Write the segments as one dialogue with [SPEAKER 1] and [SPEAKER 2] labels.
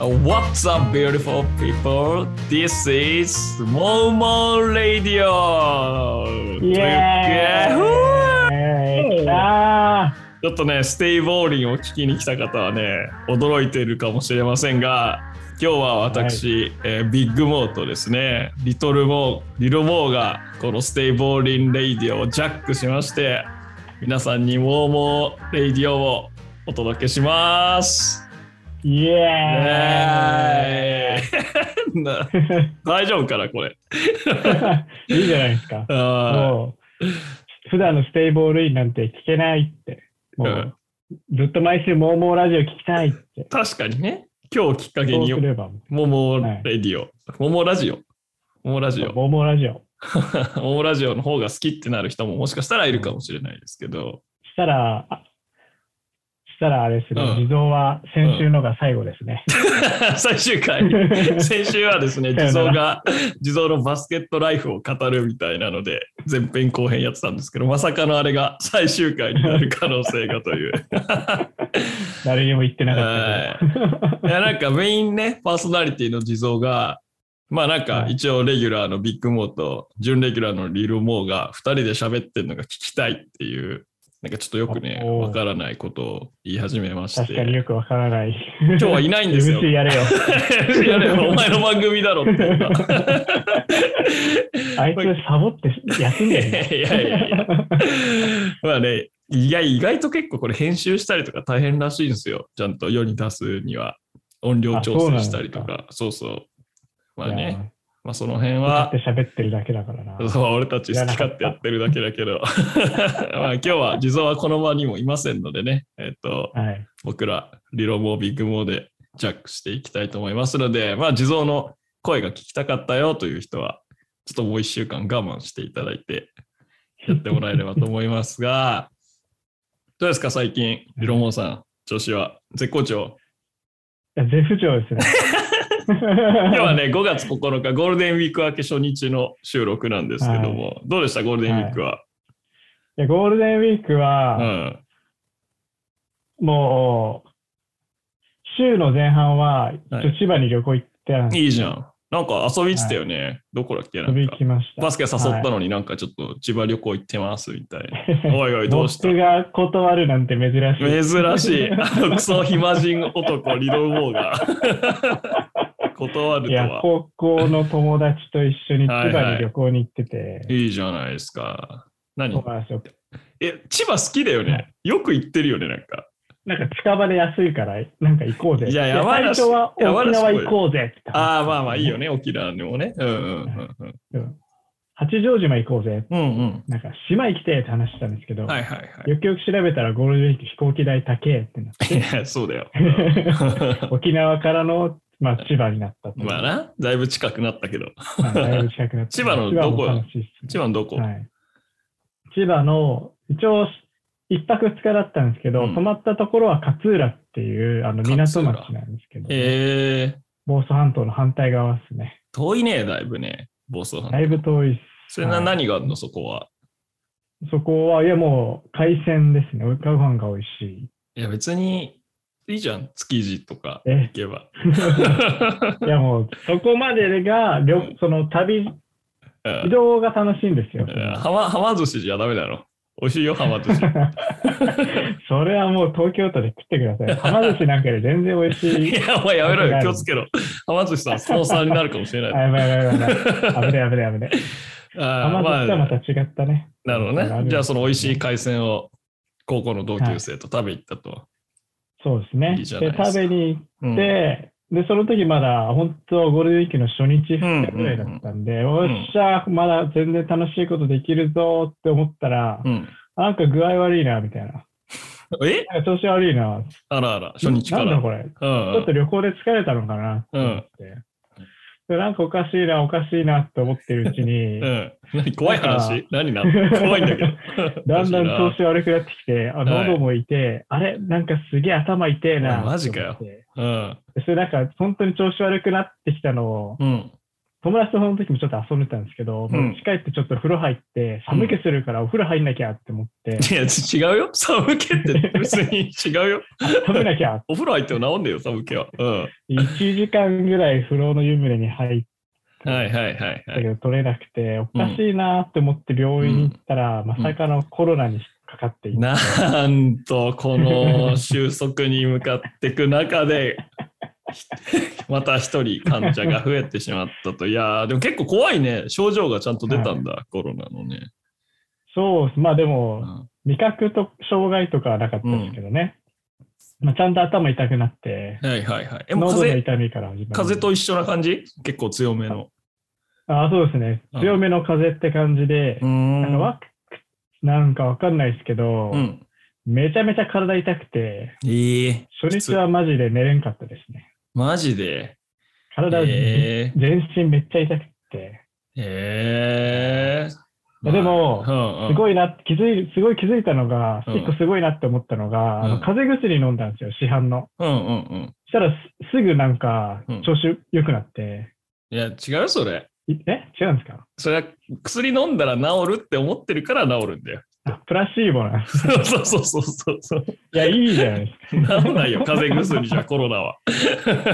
[SPEAKER 1] What's up, beautiful people? This is Momo Radio!
[SPEAKER 2] イエーイ
[SPEAKER 1] という
[SPEAKER 2] えー、あ
[SPEAKER 1] ちょっとね、ステイボーリンを聞きに来た方はね、驚いているかもしれませんが、今日は私、えービッグモーとですね、リトルモー、リルモーがこのステイボーリンレイディオをジャックしまして、皆さんにモーモーレイディオをお届けします。
[SPEAKER 2] ーイエ
[SPEAKER 1] え ーな
[SPEAKER 2] ー
[SPEAKER 1] 大丈夫かなこれ。
[SPEAKER 2] イいいじゃないですか。
[SPEAKER 1] あ
[SPEAKER 2] もう、普段のステイボールインなんて聞けないって。もう、ずっと毎週、モーモーラジオ聞きたいって
[SPEAKER 1] ー。確かにね。今日きっかけ
[SPEAKER 2] そう
[SPEAKER 1] に
[SPEAKER 2] す、れば、モ
[SPEAKER 1] モモ
[SPEAKER 2] はい
[SPEAKER 1] レディオ、モモラジオ、モモラジオ、
[SPEAKER 2] ーモーラジオ。
[SPEAKER 1] モモラジオの方が好きってなる人ももしかしたらいるかもしれないですけど、
[SPEAKER 2] したら、あしたらあれですね、
[SPEAKER 1] うん
[SPEAKER 2] 地蔵は先週のが最後ですね。
[SPEAKER 1] 最終回、先週はですね、地蔵が、地蔵のバスケットライフを語るみたいなので、前編後編やってたんですけど、まさかのあれが最終回になる可能性がという。
[SPEAKER 2] 誰にも言ってなかったけど。
[SPEAKER 1] いやなんかメインね、パーソナリティの地蔵が、まあなんか
[SPEAKER 2] はい
[SPEAKER 1] 一応レギュラーのビッグモーと準レギュラーのリルモーが2人で喋ってるのが聞きたいっていう、なんかちょっとよくね、
[SPEAKER 2] おー
[SPEAKER 1] わからないことを言い始めまし
[SPEAKER 2] 確かに
[SPEAKER 1] て、
[SPEAKER 2] よくわからない。
[SPEAKER 1] 今日はいないん ですよ。
[SPEAKER 2] MC やれよ。
[SPEAKER 1] いやでもお前の番組だろって言った
[SPEAKER 2] あいつサボって休ん
[SPEAKER 1] い
[SPEAKER 2] で
[SPEAKER 1] や
[SPEAKER 2] る
[SPEAKER 1] いやいやいや。まあね、いや意外と結構これ編集したりとか大変らしいんですよ。ちゃんと世に出すには音量調整したりとか。そうそう。 まあ
[SPEAKER 2] い
[SPEAKER 1] ね
[SPEAKER 2] や、
[SPEAKER 1] まあその辺
[SPEAKER 2] だっ
[SPEAKER 1] は
[SPEAKER 2] て、喋ってるだけだからな。
[SPEAKER 1] そう俺たち好き勝手やってるだけだけ ど、まあ今日は地蔵はこの場にもいませんのでね、えっと、
[SPEAKER 2] はい。
[SPEAKER 1] 僕らリロモービッグモーでジャックしていきたいと思いますので、まあ地蔵の声が聞きたかったよという人は、ちょっともう一週間我慢していただいて、やってもらえればと思いますが、どうですか最近、リロモーさん、調子は絶好調。
[SPEAKER 2] いや絶不調ですね。
[SPEAKER 1] 今日はね、5月9日、ゴールデンウィーク明け初日の収録なんですけども、どうでしたゴールデンウィークは。
[SPEAKER 2] いやゴールデンウィークは、もう、週の前半は、
[SPEAKER 1] はい
[SPEAKER 2] ちょっと千葉に旅行行ってたん
[SPEAKER 1] うん。
[SPEAKER 2] で
[SPEAKER 1] いいじゃん。なんか遊びってたよね。どこだっけな
[SPEAKER 2] 遊び
[SPEAKER 1] ん
[SPEAKER 2] に
[SPEAKER 1] か
[SPEAKER 2] 来。ました。
[SPEAKER 1] バスケ誘ったのになんかちょっと千葉旅行行ってますみたいな。 おいおい、どうした
[SPEAKER 2] 僕が断るなんて珍しい。
[SPEAKER 1] 珍 しい。あのクソ暇人男、リロモーが。 断る
[SPEAKER 2] い
[SPEAKER 1] と
[SPEAKER 2] や、
[SPEAKER 1] は。
[SPEAKER 2] 高校の友達と一緒に千
[SPEAKER 1] はいはい
[SPEAKER 2] 葉に旅行に行ってて、
[SPEAKER 1] いいじゃないですか。
[SPEAKER 2] そ
[SPEAKER 1] 何
[SPEAKER 2] うなんですよ
[SPEAKER 1] え、千葉好きだよね。よく行ってるよね、なんか。
[SPEAKER 2] なんか近場で安いから、なんか行こうぜ。
[SPEAKER 1] いや
[SPEAKER 2] で
[SPEAKER 1] 山
[SPEAKER 2] 最
[SPEAKER 1] 梨
[SPEAKER 2] 初は沖
[SPEAKER 1] 山梨
[SPEAKER 2] 縄行こうぜって。
[SPEAKER 1] ああ、まあまあいいよ。ね、沖縄にもね。うんうんうん
[SPEAKER 2] うん八丈島行こうぜ。
[SPEAKER 1] うん。うん
[SPEAKER 2] なんか島行きてえって話したんですけど、
[SPEAKER 1] うん。はいはいは
[SPEAKER 2] よくよく調べたらゴールデンウィーク飛行機代高えってなっ
[SPEAKER 1] い。いや、そう だよ。
[SPEAKER 2] て、沖縄からの、まあ、千葉になったと。
[SPEAKER 1] まあな、だいぶ近くなったけど。
[SPEAKER 2] はいだいぶ近くなっ た。
[SPEAKER 1] 千葉のどこ
[SPEAKER 2] 千葉も楽しいっす
[SPEAKER 1] 千葉のどこ、
[SPEAKER 2] はい、千葉の、一応、一泊二日だったんですけど、
[SPEAKER 1] うん
[SPEAKER 2] 泊まったところは勝浦っていうあの港
[SPEAKER 1] 勝浦
[SPEAKER 2] 町なんですけど、
[SPEAKER 1] えー、
[SPEAKER 2] 房総半島の反対側ですね。
[SPEAKER 1] 遠いね、だいぶね。房総半島
[SPEAKER 2] だいぶ遠いっす。
[SPEAKER 1] それな、何があるの、そこは。
[SPEAKER 2] そこは、いやもう海鮮ですね。ご飯が美味しい。
[SPEAKER 1] いや、別にいいじゃん、築地とか
[SPEAKER 2] え
[SPEAKER 1] 行け ば。
[SPEAKER 2] いやもう、そこまでが、旅その旅、
[SPEAKER 1] うん
[SPEAKER 2] 移動が楽しいんですよ。
[SPEAKER 1] うんはまはま寿司じゃダメだろ。美味しいよ、はま寿司。
[SPEAKER 2] それはもう東京都で食ってください。浜寿司なんかで全然美味し
[SPEAKER 1] い
[SPEAKER 2] い。
[SPEAKER 1] や、お前やめろよ、気をつけろ。はま寿司さん、スポンサーになるかもしれ
[SPEAKER 2] あ、
[SPEAKER 1] ない。
[SPEAKER 2] やばいやばいやばい。危ない危ない危ない。
[SPEAKER 1] あー
[SPEAKER 2] 浜
[SPEAKER 1] ま
[SPEAKER 2] 寿司とはま
[SPEAKER 1] あ、
[SPEAKER 2] た違ったね。
[SPEAKER 1] なるほど
[SPEAKER 2] あ
[SPEAKER 1] ね。
[SPEAKER 2] る
[SPEAKER 1] じゃあ、その美味しい海鮮を高校の同級生と食べ行ったと。
[SPEAKER 2] そうですね。
[SPEAKER 1] いいじゃない
[SPEAKER 2] で、
[SPEAKER 1] ですか
[SPEAKER 2] 食べに行っ
[SPEAKER 1] うん
[SPEAKER 2] て、で、その時まだ、本当ゴールデンウィークの初日2日ぐらいだったんで、
[SPEAKER 1] ん
[SPEAKER 2] おっしゃ、まだ全然楽しいことできるぞって思ったら、
[SPEAKER 1] うん
[SPEAKER 2] なんか具合悪いな、みたいな。
[SPEAKER 1] え
[SPEAKER 2] なんか調子悪いな。
[SPEAKER 1] あらあら、初日か
[SPEAKER 2] なんだ
[SPEAKER 1] ら。
[SPEAKER 2] これ。ち
[SPEAKER 1] うんう
[SPEAKER 2] ょっと
[SPEAKER 1] ん
[SPEAKER 2] 旅行で疲れたのかなって思って。でなんかおかしいな、おかしいなって思ってるうちに、
[SPEAKER 1] うん。何、怖い
[SPEAKER 2] なん
[SPEAKER 1] 話何なの怖いんだけど
[SPEAKER 2] 。だんだん
[SPEAKER 1] 面
[SPEAKER 2] 調
[SPEAKER 1] 白い
[SPEAKER 2] 子悪くなってきて、あ
[SPEAKER 1] はい
[SPEAKER 2] 喉も痛い、あれなんかすげえ頭痛えな。
[SPEAKER 1] マジかよ
[SPEAKER 2] って思って。
[SPEAKER 1] な
[SPEAKER 2] それなんか本当に調子悪くなってきたのを
[SPEAKER 1] うん。うん。
[SPEAKER 2] 友達とその時もちょっと遊んでたんですけど、
[SPEAKER 1] うん
[SPEAKER 2] もう家帰ってちょっと風呂入って、寒気するからお風呂入んなきゃって 思って、
[SPEAKER 1] いや、違うよ。寒気って別に違うよ。
[SPEAKER 2] 食べなきゃ、
[SPEAKER 1] お風呂入っても治んねえよ、寒気は。うん。は
[SPEAKER 2] 1時間ぐらい風呂の湯船に入っ
[SPEAKER 1] いはいはい
[SPEAKER 2] た
[SPEAKER 1] は
[SPEAKER 2] け
[SPEAKER 1] い。
[SPEAKER 2] ど取れなくて、おかしいなって思って病院に行ったら、まさかのコロナにかかっていて、
[SPEAKER 1] なんと、この収束に向かっていく中で、 また一人患者が増えてしまったと。いやー、でも結構怖いね。症状がちゃんと出たんだ、コロナのね。
[SPEAKER 2] そうです、まあで
[SPEAKER 1] う
[SPEAKER 2] も、
[SPEAKER 1] ん
[SPEAKER 2] 味覚と障害とかはなかったですけどね、まあ、ちゃんと頭痛くなって、
[SPEAKER 1] はいはいはい。え、もう
[SPEAKER 2] 喉
[SPEAKER 1] 風
[SPEAKER 2] の
[SPEAKER 1] 邪、
[SPEAKER 2] 痛みから始まる。
[SPEAKER 1] 風邪と一緒な感じ結構強めの。
[SPEAKER 2] あそうですね
[SPEAKER 1] うん。
[SPEAKER 2] 強めの風邪って感じで、
[SPEAKER 1] うー
[SPEAKER 2] なんか
[SPEAKER 1] ん。
[SPEAKER 2] わなんかわかんないですけど、
[SPEAKER 1] うん。
[SPEAKER 2] めちゃめちゃ体痛くて、
[SPEAKER 1] ええ
[SPEAKER 2] 初日はマジで寝れんかったですね。
[SPEAKER 1] マジで。
[SPEAKER 2] 体、
[SPEAKER 1] ええ
[SPEAKER 2] 全身めっちゃ痛くて、
[SPEAKER 1] ええ
[SPEAKER 2] いやでも
[SPEAKER 1] うんうん
[SPEAKER 2] すごいな、気づい、すごい気づいたのが、
[SPEAKER 1] うん
[SPEAKER 2] 結構すごいなって思ったのが、あ
[SPEAKER 1] うん
[SPEAKER 2] の風邪薬飲んだんですよ、市販の。
[SPEAKER 1] うんうんうん。
[SPEAKER 2] したらすすぐなんか
[SPEAKER 1] うん
[SPEAKER 2] 調子良くなって、
[SPEAKER 1] いや、違うよ、それ。
[SPEAKER 2] いえ違うんですか
[SPEAKER 1] それは薬飲んだら治るって思ってるから治るんだよ。
[SPEAKER 2] あプラシーボなんです。
[SPEAKER 1] そうそうそうそうそう。
[SPEAKER 2] いや、いいじゃないですか。
[SPEAKER 1] 治んない よ、風邪薬じゃコロナは。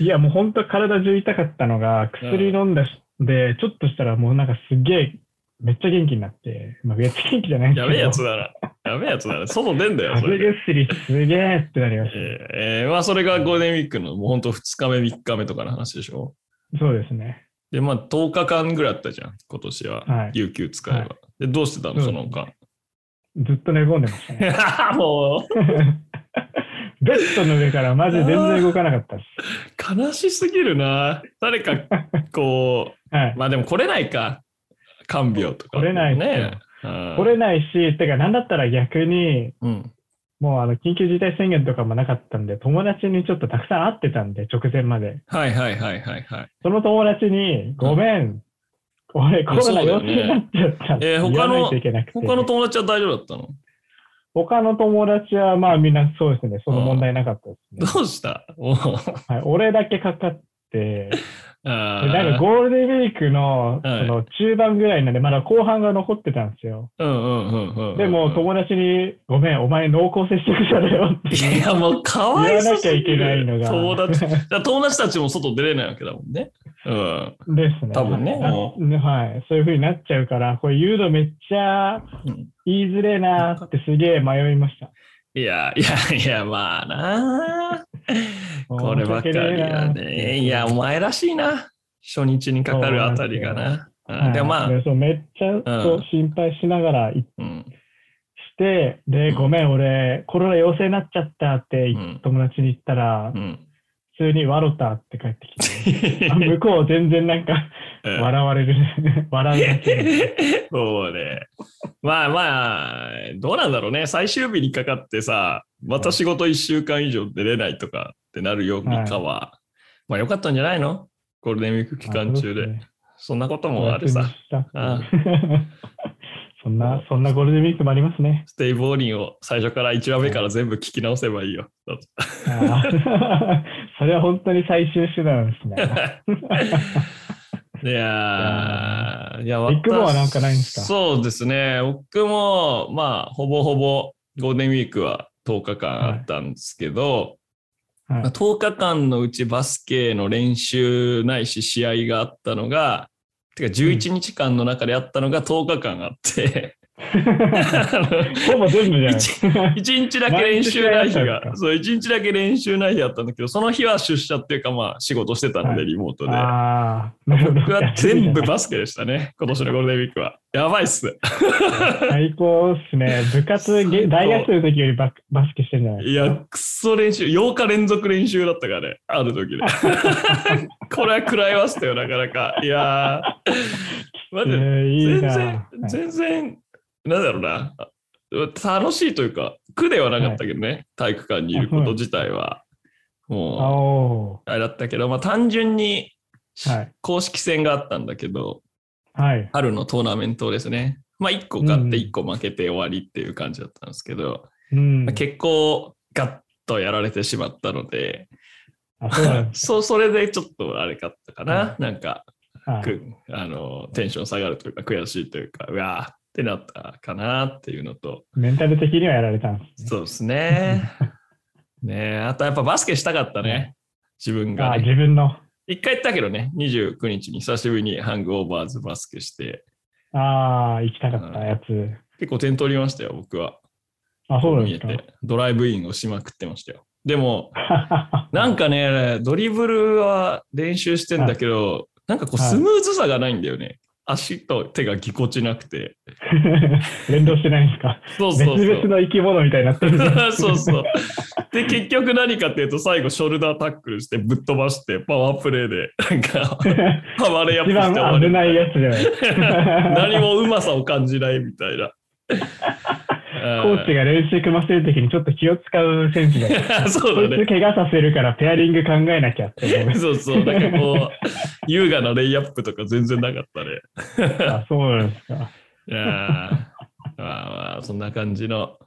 [SPEAKER 2] いや、もう本当体中痛かったのが、薬飲んだし、で、ちょっとしたらもうなんかすっげえ、めっちゃ元気になって、まあ、めっちゃ元気じゃないんです
[SPEAKER 1] や
[SPEAKER 2] けど
[SPEAKER 1] べえやつだな。やべえやつだな。外出んだよ、それ
[SPEAKER 2] 風
[SPEAKER 1] で。
[SPEAKER 2] 邪薬すげえってなりまし
[SPEAKER 1] ええまあ、それがゴールデンウィークのもうほんと2日目、3日目とかの話でしょ。
[SPEAKER 2] た。そうですね。
[SPEAKER 1] で、まあ、10日間ぐらいあったじゃん、今年は。
[SPEAKER 2] はい
[SPEAKER 1] 有給使えば。
[SPEAKER 2] は
[SPEAKER 1] で、どうしてたの、
[SPEAKER 2] そう
[SPEAKER 1] その間。
[SPEAKER 2] ずっと寝込んでましたね。
[SPEAKER 1] も
[SPEAKER 2] ベッドの上からマジ全然動かなかったです。
[SPEAKER 1] う、悲しすぎるな。誰 か、こ
[SPEAKER 2] はい。
[SPEAKER 1] う、まあでも来れないか。看病とか、
[SPEAKER 2] 来れない
[SPEAKER 1] ね。うん
[SPEAKER 2] 来れないし、てか、なんだったら逆に、
[SPEAKER 1] うん。
[SPEAKER 2] もうあの緊急事態宣言とかもなかったんで、友達にちょっとたくさん会ってたんで、直前まで。
[SPEAKER 1] はいはいはいはいはい。
[SPEAKER 2] その友達に、ごめん、俺、コロナ陽性になっちゃったって
[SPEAKER 1] えー
[SPEAKER 2] 言
[SPEAKER 1] 他
[SPEAKER 2] わ
[SPEAKER 1] の
[SPEAKER 2] ないといけなくて。
[SPEAKER 1] 他の友達は大丈夫だったの
[SPEAKER 2] 他の友達は、まあみんなそうですね、その問題なかったです
[SPEAKER 1] ど
[SPEAKER 2] ね。
[SPEAKER 1] うしたおう
[SPEAKER 2] はい、俺だけかかって、
[SPEAKER 1] あ
[SPEAKER 2] でなんか
[SPEAKER 1] ー
[SPEAKER 2] ゴールデンウィークのそ
[SPEAKER 1] はい
[SPEAKER 2] の中盤ぐらいなんで、まだ後半が残ってたんですよ。
[SPEAKER 1] うんうんうんうんうん。
[SPEAKER 2] でも、友達に、ごめん、お前濃厚接触者だよって
[SPEAKER 1] いやもうか
[SPEAKER 2] 言
[SPEAKER 1] わい
[SPEAKER 2] わ
[SPEAKER 1] そう
[SPEAKER 2] な
[SPEAKER 1] す
[SPEAKER 2] きゃ
[SPEAKER 1] ぎ
[SPEAKER 2] いけ
[SPEAKER 1] る
[SPEAKER 2] ないのが。
[SPEAKER 1] 友達。だ から友達たちも外出れないわけだもんね。うん。
[SPEAKER 2] ですね。
[SPEAKER 1] 多分ね
[SPEAKER 2] な
[SPEAKER 1] う
[SPEAKER 2] はい。そういうふうになっちゃうから、これ言うのめっちゃ
[SPEAKER 1] うん
[SPEAKER 2] 言いづれえなーってすげえ迷いました。
[SPEAKER 1] いや、いや、いや、まあな。こればっかりはね。いや、お前らしいな。初日にかかるあたりがな。うんでもまあ、
[SPEAKER 2] はいでそうめっちゃそう心配しながら行っ
[SPEAKER 1] うん。
[SPEAKER 2] て、で、ごめん、俺、コロナ陽性になっちゃったって
[SPEAKER 1] うん
[SPEAKER 2] 友達に言ったら、
[SPEAKER 1] うん。
[SPEAKER 2] 普通に笑ったって帰ってきて。あ向こう全然なんか笑わ れる。笑うだけ。
[SPEAKER 1] そうね。まあまあ、どうなんだろうね。最終日にかかってさ、また仕事1週間以上出れないとかってなるよりかは、まあよかったんじゃないのゴールデンウィーク期間中で。そんなこともあるさ。
[SPEAKER 2] あそうですね。お休みした そんな、そんなゴールデンウィークもありますね。
[SPEAKER 1] ステイボーリンを最初から1話目から全部聞き直せばいいよ。だって
[SPEAKER 2] あー それは本当に最終手段ですね。
[SPEAKER 1] いやー、いや、
[SPEAKER 2] ビッグモアなんかないんですか
[SPEAKER 1] そうですね。僕も、まあ、ほぼほぼゴールデンウィークは10日間あったんですけど、
[SPEAKER 2] はい
[SPEAKER 1] まあ10日間のうちバスケの練習ないし試合があったのが、てか11日間の中であったのが10日間あって、 あの
[SPEAKER 2] ほぼ全部じゃないですか。
[SPEAKER 1] 一日だけ練習ない日
[SPEAKER 2] 毎日試合だった
[SPEAKER 1] が、
[SPEAKER 2] んですか
[SPEAKER 1] そう、一日だけ練習ない日だったんだけど、その日は出社っていうか、まあ仕事してたん
[SPEAKER 2] は
[SPEAKER 1] で、
[SPEAKER 2] い
[SPEAKER 1] リモートで。
[SPEAKER 2] ああ、なるほど
[SPEAKER 1] 僕は全部バスケでしたね、 今年のゴールデンウィークは。やばいっす。
[SPEAKER 2] 最高ですね。部活、げ大学生の時よりババスケしてるんじゃない
[SPEAKER 1] いや、くっそ練習、8日連続練習だったからね、ある時 で。これは食らいましたよ、なかなか。いやー、マジ
[SPEAKER 2] え
[SPEAKER 1] で、
[SPEAKER 2] ーいい
[SPEAKER 1] 全
[SPEAKER 2] な。
[SPEAKER 1] 然、
[SPEAKER 2] はい
[SPEAKER 1] 全然、なんだろうな、楽しいというか、苦ではなかったけどね、体育館にいること自体は。
[SPEAKER 2] あ
[SPEAKER 1] もう、
[SPEAKER 2] お
[SPEAKER 1] あれだったけど、まあ単純に、
[SPEAKER 2] ーはい。
[SPEAKER 1] 公式戦があったんだけど、
[SPEAKER 2] はい。
[SPEAKER 1] 春のトーナメントですね。まあ、1個勝って1個負けて終わりっていう感じだったんですけど、
[SPEAKER 2] うん。
[SPEAKER 1] まあ結構ガッとやられてしまったので、
[SPEAKER 2] あ、そうなんで す。
[SPEAKER 1] そう、それでちょっとあれかったかな。なんか、
[SPEAKER 2] はい
[SPEAKER 1] くあの、テンション下がるというか、悔しいというか、うわーってなったかなっていうのと、
[SPEAKER 2] メンタル的にはやられたんですね。
[SPEAKER 1] そうですね。ねえあとやっぱバスケしたかったね。自分
[SPEAKER 2] あ
[SPEAKER 1] が、ね。
[SPEAKER 2] 自分の。
[SPEAKER 1] 一回行ったけどね、29日に久しぶりにハングオーバーズバスケして、
[SPEAKER 2] ああ、行きたかったやつ。
[SPEAKER 1] 結構点取りましたよ、僕は。
[SPEAKER 2] あ、そうなん
[SPEAKER 1] 見
[SPEAKER 2] で
[SPEAKER 1] え
[SPEAKER 2] すか。
[SPEAKER 1] て。ドライブインをしまくってましたよ。でも、
[SPEAKER 2] な
[SPEAKER 1] なんかね、ドリブルは練習してんだけど、なんかこう
[SPEAKER 2] はい
[SPEAKER 1] スムーズさがないんだよね。足と手がぎこちなくて。
[SPEAKER 2] 連動してないんですか。
[SPEAKER 1] そう
[SPEAKER 2] 別
[SPEAKER 1] そうそう
[SPEAKER 2] 々。の生き物みたいになってる。
[SPEAKER 1] そう そう。で、結局何かっていうと、最後、ショルダータックルして、ぶっ飛ばして、パワープレイで、なん か、ハマれやっぱ
[SPEAKER 2] 一
[SPEAKER 1] して終わ
[SPEAKER 2] 番危
[SPEAKER 1] る。
[SPEAKER 2] ないやつじゃない。
[SPEAKER 1] 何もうまさを感じないみたい な。
[SPEAKER 2] コーチが練習組ませるときにちょっと気を使う選手だよ。
[SPEAKER 1] が。 そう
[SPEAKER 2] こい
[SPEAKER 1] だね
[SPEAKER 2] つ。怪我させるからペアリング考えなきゃって思 う。
[SPEAKER 1] そうそう。なんかこ う、優雅なレイアップとか全然なかったね。
[SPEAKER 2] あそうなんですか。
[SPEAKER 1] いやーまあまあ、そんな感じの、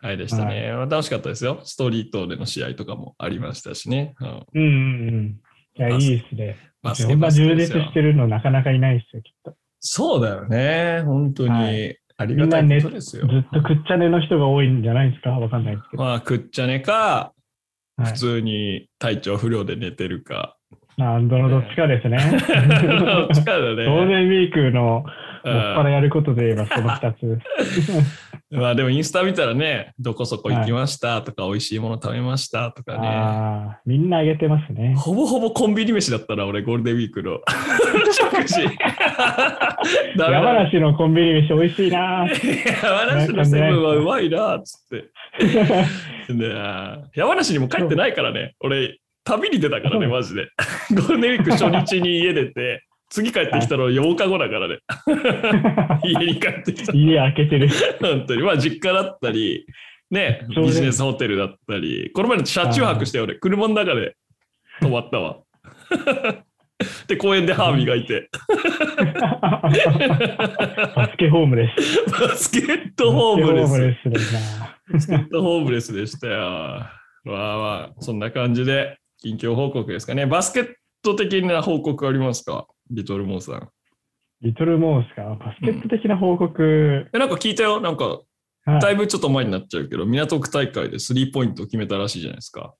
[SPEAKER 1] あれでしたね。楽しかったですよ。ストリートでの試合とかもありましたしね。うん
[SPEAKER 2] うんうんうん。いや、いいですね。
[SPEAKER 1] バス
[SPEAKER 2] こ
[SPEAKER 1] ケ
[SPEAKER 2] んな
[SPEAKER 1] バスケ
[SPEAKER 2] 充
[SPEAKER 1] で
[SPEAKER 2] 実
[SPEAKER 1] すよ
[SPEAKER 2] してるのなかなかいないですよ、きっと。
[SPEAKER 1] そうだよね。本当に。
[SPEAKER 2] はい
[SPEAKER 1] ありがたいことです
[SPEAKER 2] ず
[SPEAKER 1] よ。
[SPEAKER 2] っとくっちゃねの人が多いんじゃないですかわかんないですけど。
[SPEAKER 1] まあ、くっちゃねか、
[SPEAKER 2] は
[SPEAKER 1] 普
[SPEAKER 2] い、
[SPEAKER 1] 通に体調不良で寝てる か。
[SPEAKER 2] まあ、どのどっちかです ね。
[SPEAKER 1] どっちかだね。
[SPEAKER 2] ゴールデンウィークの
[SPEAKER 1] う
[SPEAKER 2] もっぱらやるこ とで言えばその2つ。
[SPEAKER 1] んまあ、でもインスタ見たらね、どこそこ行きましたとか、美味しいもの食べましたとかね。
[SPEAKER 2] ああ、みんな上げてますね。
[SPEAKER 1] ほぼほぼコンビニ飯だったな、俺、ゴールデンウィークの 食事。ダメ
[SPEAKER 2] 山
[SPEAKER 1] だね
[SPEAKER 2] 梨のコンビニ飯美味しい なー。
[SPEAKER 1] 山梨のセブンはうまいなっつって。ねえ山梨にも帰ってないからね、俺、旅に出たからね、
[SPEAKER 2] そう
[SPEAKER 1] マジで。ゴールデンウィーク初日に家出て、次帰ってきたの8日後だからね、 家に帰ってきた。
[SPEAKER 2] 家開け てる。
[SPEAKER 1] 本当に、まあ、実家だったり、ね、
[SPEAKER 2] そうね
[SPEAKER 1] ビジネスホテルだったり、この前の車中泊して、俺、車の中で泊まったわ。 で、公園で歯磨いて、
[SPEAKER 2] バスケホームです。
[SPEAKER 1] バスケットホームレ
[SPEAKER 2] バ
[SPEAKER 1] ス。
[SPEAKER 2] スケホームレスですな。
[SPEAKER 1] ホームレスでしたよ。わあわあ、そんな感じで、近況報告ですかね。バスケット的な報告ありますかリトルモンさん。
[SPEAKER 2] リトルモースか。バスケット的な報告。
[SPEAKER 1] え、なんか聞いたよ。なんか、
[SPEAKER 2] はい
[SPEAKER 1] だいぶちょっと前になっちゃうけど、港区大会でスリーポイント決めたらしいじゃないですか。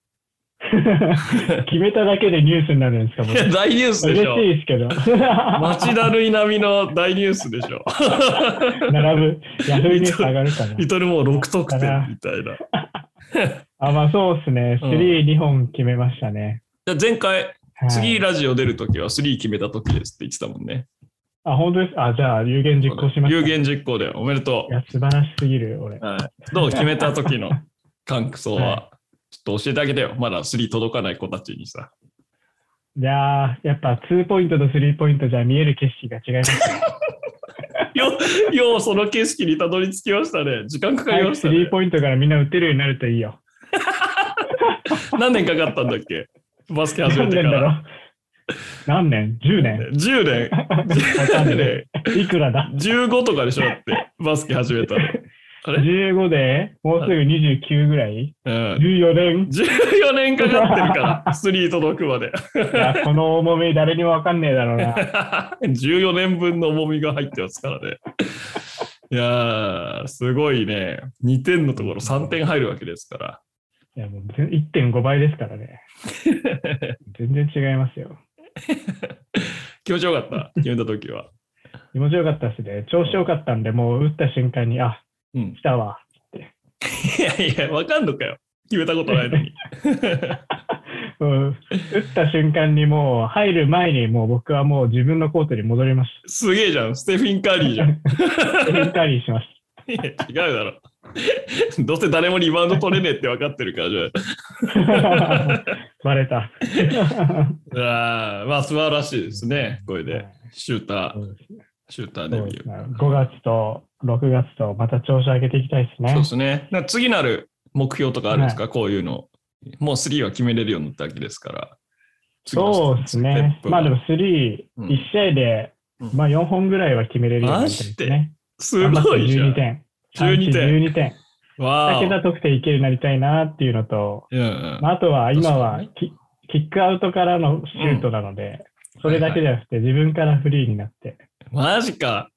[SPEAKER 2] 決めただけでニュースになるんですかも
[SPEAKER 1] いや、
[SPEAKER 2] う
[SPEAKER 1] 大ニュースでしょ
[SPEAKER 2] 嬉し。いですけど。
[SPEAKER 1] 町田るいなみの大ニュースでしょ。
[SPEAKER 2] 並ぶ。ヤフーニュース上がるかな
[SPEAKER 1] リ。トルモン6得点みたいな。
[SPEAKER 2] あ、まあそうですね。
[SPEAKER 1] うん
[SPEAKER 2] 3、2本決めましたね。
[SPEAKER 1] じゃあ前回、
[SPEAKER 2] はい
[SPEAKER 1] 次ラジオ出るときは3決めたときですって言ってたもんね。
[SPEAKER 2] あ、本当です。あ、じゃあ、有言実行しました。
[SPEAKER 1] 有言実行でおめでとう
[SPEAKER 2] い。や、素晴らしすぎる、俺。
[SPEAKER 1] はい、どう決めた時 の感想は、
[SPEAKER 2] は
[SPEAKER 1] ちょっと教えてあげてよ。まだ3届かない子たちにさ。
[SPEAKER 2] いやー、やっぱ2ポイントと3ポイントじゃ見える景色が違います。
[SPEAKER 1] よう、ようその景色にたどり着きましたね。時間かかり
[SPEAKER 2] 早
[SPEAKER 1] ま
[SPEAKER 2] く
[SPEAKER 1] したね
[SPEAKER 2] 3。ポイントからみんな打てるようになるといいよ。
[SPEAKER 1] 何年かかったんだっけバスケ始め
[SPEAKER 2] 何
[SPEAKER 1] て
[SPEAKER 2] 年
[SPEAKER 1] か
[SPEAKER 2] だろ
[SPEAKER 1] ら。
[SPEAKER 2] う何年 ?10 年
[SPEAKER 1] 10年。
[SPEAKER 2] わかん
[SPEAKER 1] 10
[SPEAKER 2] ない
[SPEAKER 1] 年。
[SPEAKER 2] いくらだ
[SPEAKER 1] 15とかでしょだって、バスケ始めたら。あれ、
[SPEAKER 2] ?15 で、もうすぐ29ぐらい
[SPEAKER 1] うん、
[SPEAKER 2] ?14 年
[SPEAKER 1] ?14 年かかってるから、3届くまで。
[SPEAKER 2] いや、この重み誰にもわかんねえだろうな。
[SPEAKER 1] 14年分の重みが入ってますからね。いやー、すごいね。2点のところ3点入るわけですから。
[SPEAKER 2] いや、もう全1.5倍ですから ね。全然違いますよ。
[SPEAKER 1] 気持ちよかった、決めた時は。
[SPEAKER 2] 気持ちよかったですね。調子よかったんで、もう打った瞬間に、あ、
[SPEAKER 1] うん、
[SPEAKER 2] 来たわ。
[SPEAKER 1] いやいや、わかんのかよ。決めたことないのに。
[SPEAKER 2] うん、打った瞬間にもう入る前にもう僕はもう自分のコートに戻りまし
[SPEAKER 1] すげえじゃん、ステフィン・カーリーじゃん。い
[SPEAKER 2] た。エンカリーしまし
[SPEAKER 1] や違うだろ。どうせ誰もリバウンド取れねえって分かってるから、じゃあ
[SPEAKER 2] た。 バレた。
[SPEAKER 1] うわー。まあ、素晴らしいですね、これで。シュータ
[SPEAKER 2] そ
[SPEAKER 1] ー、
[SPEAKER 2] うですね
[SPEAKER 1] シューターデビュー。
[SPEAKER 2] 5月と6月とまた調子上げていきたいですね。
[SPEAKER 1] そうですね。なんか次なる目標とかあるんですか、こういうの。もう3は決めれるようになったわけですから。
[SPEAKER 2] そうですね。まあでも、3、
[SPEAKER 1] うん
[SPEAKER 2] 1試合で、
[SPEAKER 1] うん
[SPEAKER 2] まあ4本ぐらいは決めれるようになりたいですね。
[SPEAKER 1] すごいじゃ
[SPEAKER 2] 12
[SPEAKER 1] ん。
[SPEAKER 2] 点。
[SPEAKER 1] 12点。
[SPEAKER 2] 12点。
[SPEAKER 1] わ
[SPEAKER 2] 2桁
[SPEAKER 1] あ。
[SPEAKER 2] 得点いけるようになりたいなっていうのと、
[SPEAKER 1] うんうん
[SPEAKER 2] まあ、あとは今は
[SPEAKER 1] 確
[SPEAKER 2] きキックアウトからのシュートなので、それだけじゃなくて、自分からフリーになって、
[SPEAKER 1] マジか。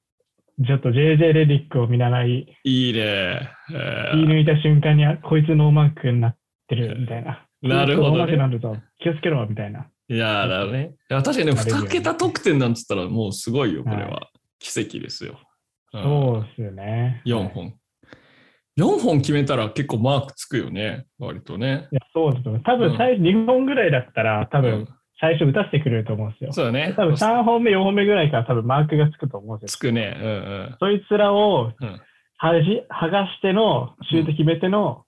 [SPEAKER 2] ちょっと JJ レディックを見習い、
[SPEAKER 1] いいね。え
[SPEAKER 2] 言い抜いた瞬間に、あこいつノーマークになってるみたいな。
[SPEAKER 1] ーなるほ
[SPEAKER 2] こいつノ
[SPEAKER 1] ど
[SPEAKER 2] ーマークに
[SPEAKER 1] ね。
[SPEAKER 2] なるぞ、気をつけろみたいな。
[SPEAKER 1] いやーなるほどね。いや確かにね、
[SPEAKER 2] なれるよね
[SPEAKER 1] 2桁得点なんつったらもうすごいよ、これ
[SPEAKER 2] は
[SPEAKER 1] は。奇跡ですよ。うん
[SPEAKER 2] そうですよね。
[SPEAKER 1] 4
[SPEAKER 2] はい
[SPEAKER 1] 本。4本決めたら結構マークつくよね、割とね。
[SPEAKER 2] いや、そうですよ。多
[SPEAKER 1] うん
[SPEAKER 2] 分最初、2本ぐらいだったら、多
[SPEAKER 1] う
[SPEAKER 2] 分
[SPEAKER 1] ん
[SPEAKER 2] 最初打たせてくれると思うんですよ。
[SPEAKER 1] そうだね。
[SPEAKER 2] 多分3本目、4本目ぐらいから多分マークがつくと思うんです
[SPEAKER 1] つ
[SPEAKER 2] よ。
[SPEAKER 1] くね。うんうん。
[SPEAKER 2] そいつらを
[SPEAKER 1] うん
[SPEAKER 2] はじ剥がしての、シュート決めての、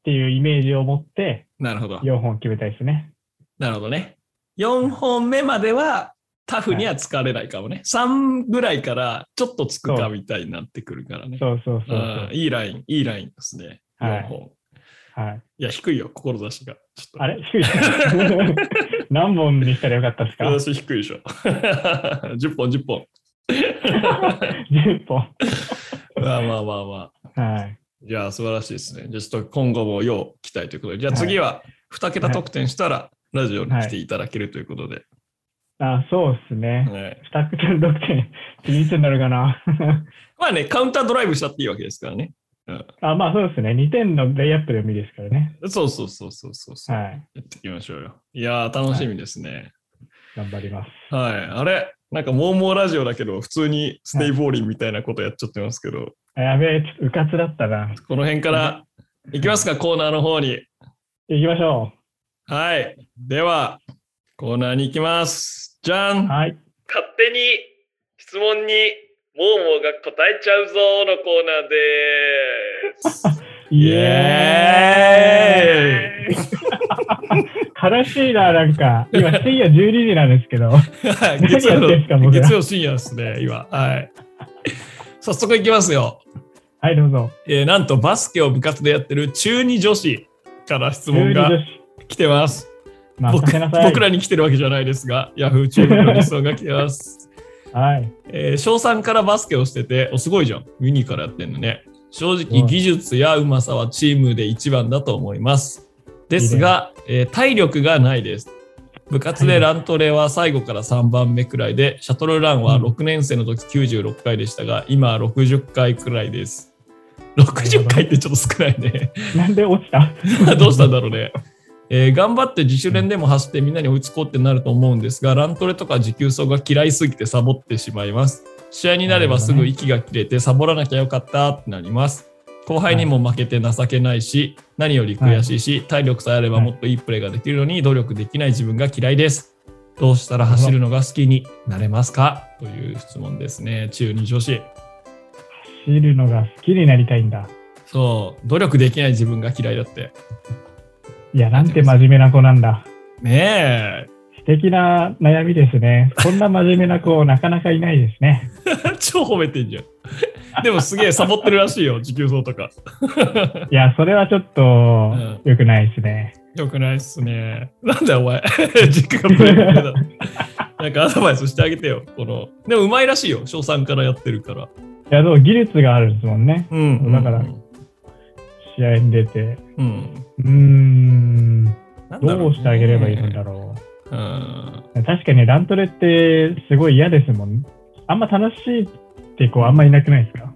[SPEAKER 2] っていうイメージを持って、
[SPEAKER 1] なるほど。
[SPEAKER 2] 4本決めたいですね。
[SPEAKER 1] なるほどね。4本目まではタフには疲れないかもね。3ぐらいからちょっとつくかみたいになってくるからね。
[SPEAKER 2] そうそうそう
[SPEAKER 1] あーいいライン、いいラインですね。
[SPEAKER 2] はい
[SPEAKER 1] 4本。い、
[SPEAKER 2] そう。はい、
[SPEAKER 1] や、低いよ、志が。ちょっと
[SPEAKER 2] あれ 低いですね何本にしたらよかったです か
[SPEAKER 1] 志低いでしょ。10本、10本。
[SPEAKER 2] ?10 本。
[SPEAKER 1] まあまあまあまあ。
[SPEAKER 2] はい。
[SPEAKER 1] じゃあ、素晴らしいですね。じゃあ、ちょっと今後も要期待ということで。じゃあ、次は2桁得点したら、ラジオに来ていただけるということで。
[SPEAKER 2] あ、そうですね。
[SPEAKER 1] ね
[SPEAKER 2] 2桁の得点、次いつになるかな。
[SPEAKER 1] まあね、カウンタードライブしたっていいわけですからね。
[SPEAKER 2] あ、まあそうですね。2点のレイアップでもいいですからね。
[SPEAKER 1] そうそうそうそうそうそう。
[SPEAKER 2] はい。
[SPEAKER 1] やっていきましょうよ。いやー、楽しみですね。
[SPEAKER 2] 頑張ります。
[SPEAKER 1] はい。あれなんか、モーモーラジオだけど、普通にステイボーリンみたいなことやっちゃってますけど、
[SPEAKER 2] あやべえ、ちょっとうかつだったな。
[SPEAKER 1] この辺からいきますか、コーナーの方に。
[SPEAKER 2] 行きましょ
[SPEAKER 1] はい。では、コーナーに行きます。じゃん
[SPEAKER 2] う。はい。
[SPEAKER 1] 勝手に質問にモーモーが答えちゃうぞのコーナーです。
[SPEAKER 2] イエ
[SPEAKER 1] エーイ
[SPEAKER 2] ーイ悲しいな、なんか。今、深夜12時なんですけど。
[SPEAKER 1] はい
[SPEAKER 2] 何 や
[SPEAKER 1] 月曜
[SPEAKER 2] ってんすか
[SPEAKER 1] の
[SPEAKER 2] 僕ら
[SPEAKER 1] 月曜深夜ですね、今。はい。早速いきますよ。
[SPEAKER 2] はい、どうぞ。
[SPEAKER 1] えーなんとバスケを部活でやってる中二女子から質問
[SPEAKER 2] 12
[SPEAKER 1] が
[SPEAKER 2] 女
[SPEAKER 1] 来てます。
[SPEAKER 2] 子。まあ、
[SPEAKER 1] 僕
[SPEAKER 2] せなさい。
[SPEAKER 1] 僕らに来てるわけじゃないですが、ヤフー中二の理想が来てます。
[SPEAKER 2] はい。
[SPEAKER 1] えー小3からバスケをしてて、おすごいじゃん。ミニからやってんのね。正直、
[SPEAKER 2] うん
[SPEAKER 1] 技術やうまさはチームで一番だと思います。ですが、えー体力がないです。部活でラントレは最後から3番目くらいで、シャトルランは
[SPEAKER 2] うん
[SPEAKER 1] 6年生の時96回でしたが、今は60回くらいです。60回ってちょっと少ないね。
[SPEAKER 2] なんで落ちた
[SPEAKER 1] どうしたんだろうね。えー頑張って自主練でも走ってみんなに追いつこうってなると思うんですが、ラントレとか持久走が嫌いすぎてサボってしまいます。試合になればすぐ息が切れてサボらなきゃよかったってなります。後輩にも負けて情けないし、何より悔しいし、体力さえあればもっといいプレーができるのに努力できない自分が嫌いです。どうしたら走るのが好きになれますかという質問ですね。中二女子。
[SPEAKER 2] 走るのが好きになりたいんだ。
[SPEAKER 1] そう、努力できない自分が嫌いだって。
[SPEAKER 2] いや、なんて真面目な子なんだ。
[SPEAKER 1] ねえ、
[SPEAKER 2] 素敵な悩みですね。こんな真面目な子、なかなかいないです ね。
[SPEAKER 1] 超褒めてんじゃん。でもすげえサボってるらしいよ、持久走とか。
[SPEAKER 2] いや、それはちょっと、良くないですね。
[SPEAKER 1] よくないっすね。なんだよお前、 実家がプレイヤーだ。 なんかアドバイスしてあげてよ。このでもうまいらしいよ、小3からやってるから。
[SPEAKER 2] いや、でも技術があるんですもんね。
[SPEAKER 1] うん
[SPEAKER 2] だから
[SPEAKER 1] うん。
[SPEAKER 2] 試合に出て。
[SPEAKER 1] うん
[SPEAKER 2] うーん、
[SPEAKER 1] なんだろ
[SPEAKER 2] どうしてあげればいいんだ
[SPEAKER 1] うね。
[SPEAKER 2] ろ
[SPEAKER 1] うん
[SPEAKER 2] う。確かにラントレってすごい嫌ですもん。あんま楽しいってこうあんまいなくないですか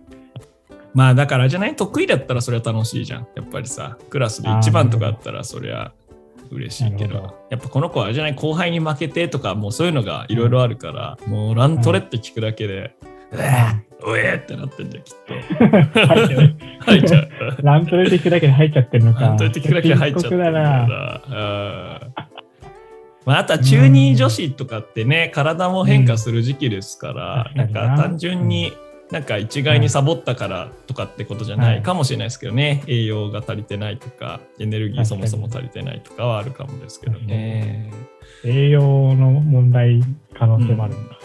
[SPEAKER 1] まあだからあれじゃない得意だったらそれは楽しいじゃん。やっぱりさ、クラスで一番とかあったらそりゃ嬉しいけ
[SPEAKER 2] なる
[SPEAKER 1] ど
[SPEAKER 2] ほど、
[SPEAKER 1] やっぱこの子はあれじゃない後輩に負けてとか、もうそういうのがいろいろあるから、もうラントレって聞くだけで、うわうえーってなってんじゃん、きっと。
[SPEAKER 2] 入っちゃう
[SPEAKER 1] 入っちゃう。
[SPEAKER 2] ラントレって聞くだけで入っちゃってるのか。
[SPEAKER 1] ラントレって聞くだけで入っちゃって
[SPEAKER 2] 深刻
[SPEAKER 1] る
[SPEAKER 2] だな。
[SPEAKER 1] な。うんまあ、あとは中二女子とかってね、体も変化する時期ですから、
[SPEAKER 2] うん
[SPEAKER 1] なん
[SPEAKER 2] 確かに
[SPEAKER 1] か
[SPEAKER 2] な
[SPEAKER 1] 単純になんか一概にサボったからとかってことじゃな
[SPEAKER 2] はいい
[SPEAKER 1] かもしれないですけどね、栄養が足りてないとか、エネルギーそもそも足りてないとかはあるかもですけどね。
[SPEAKER 2] 栄養の問題、可能性もあるんだ。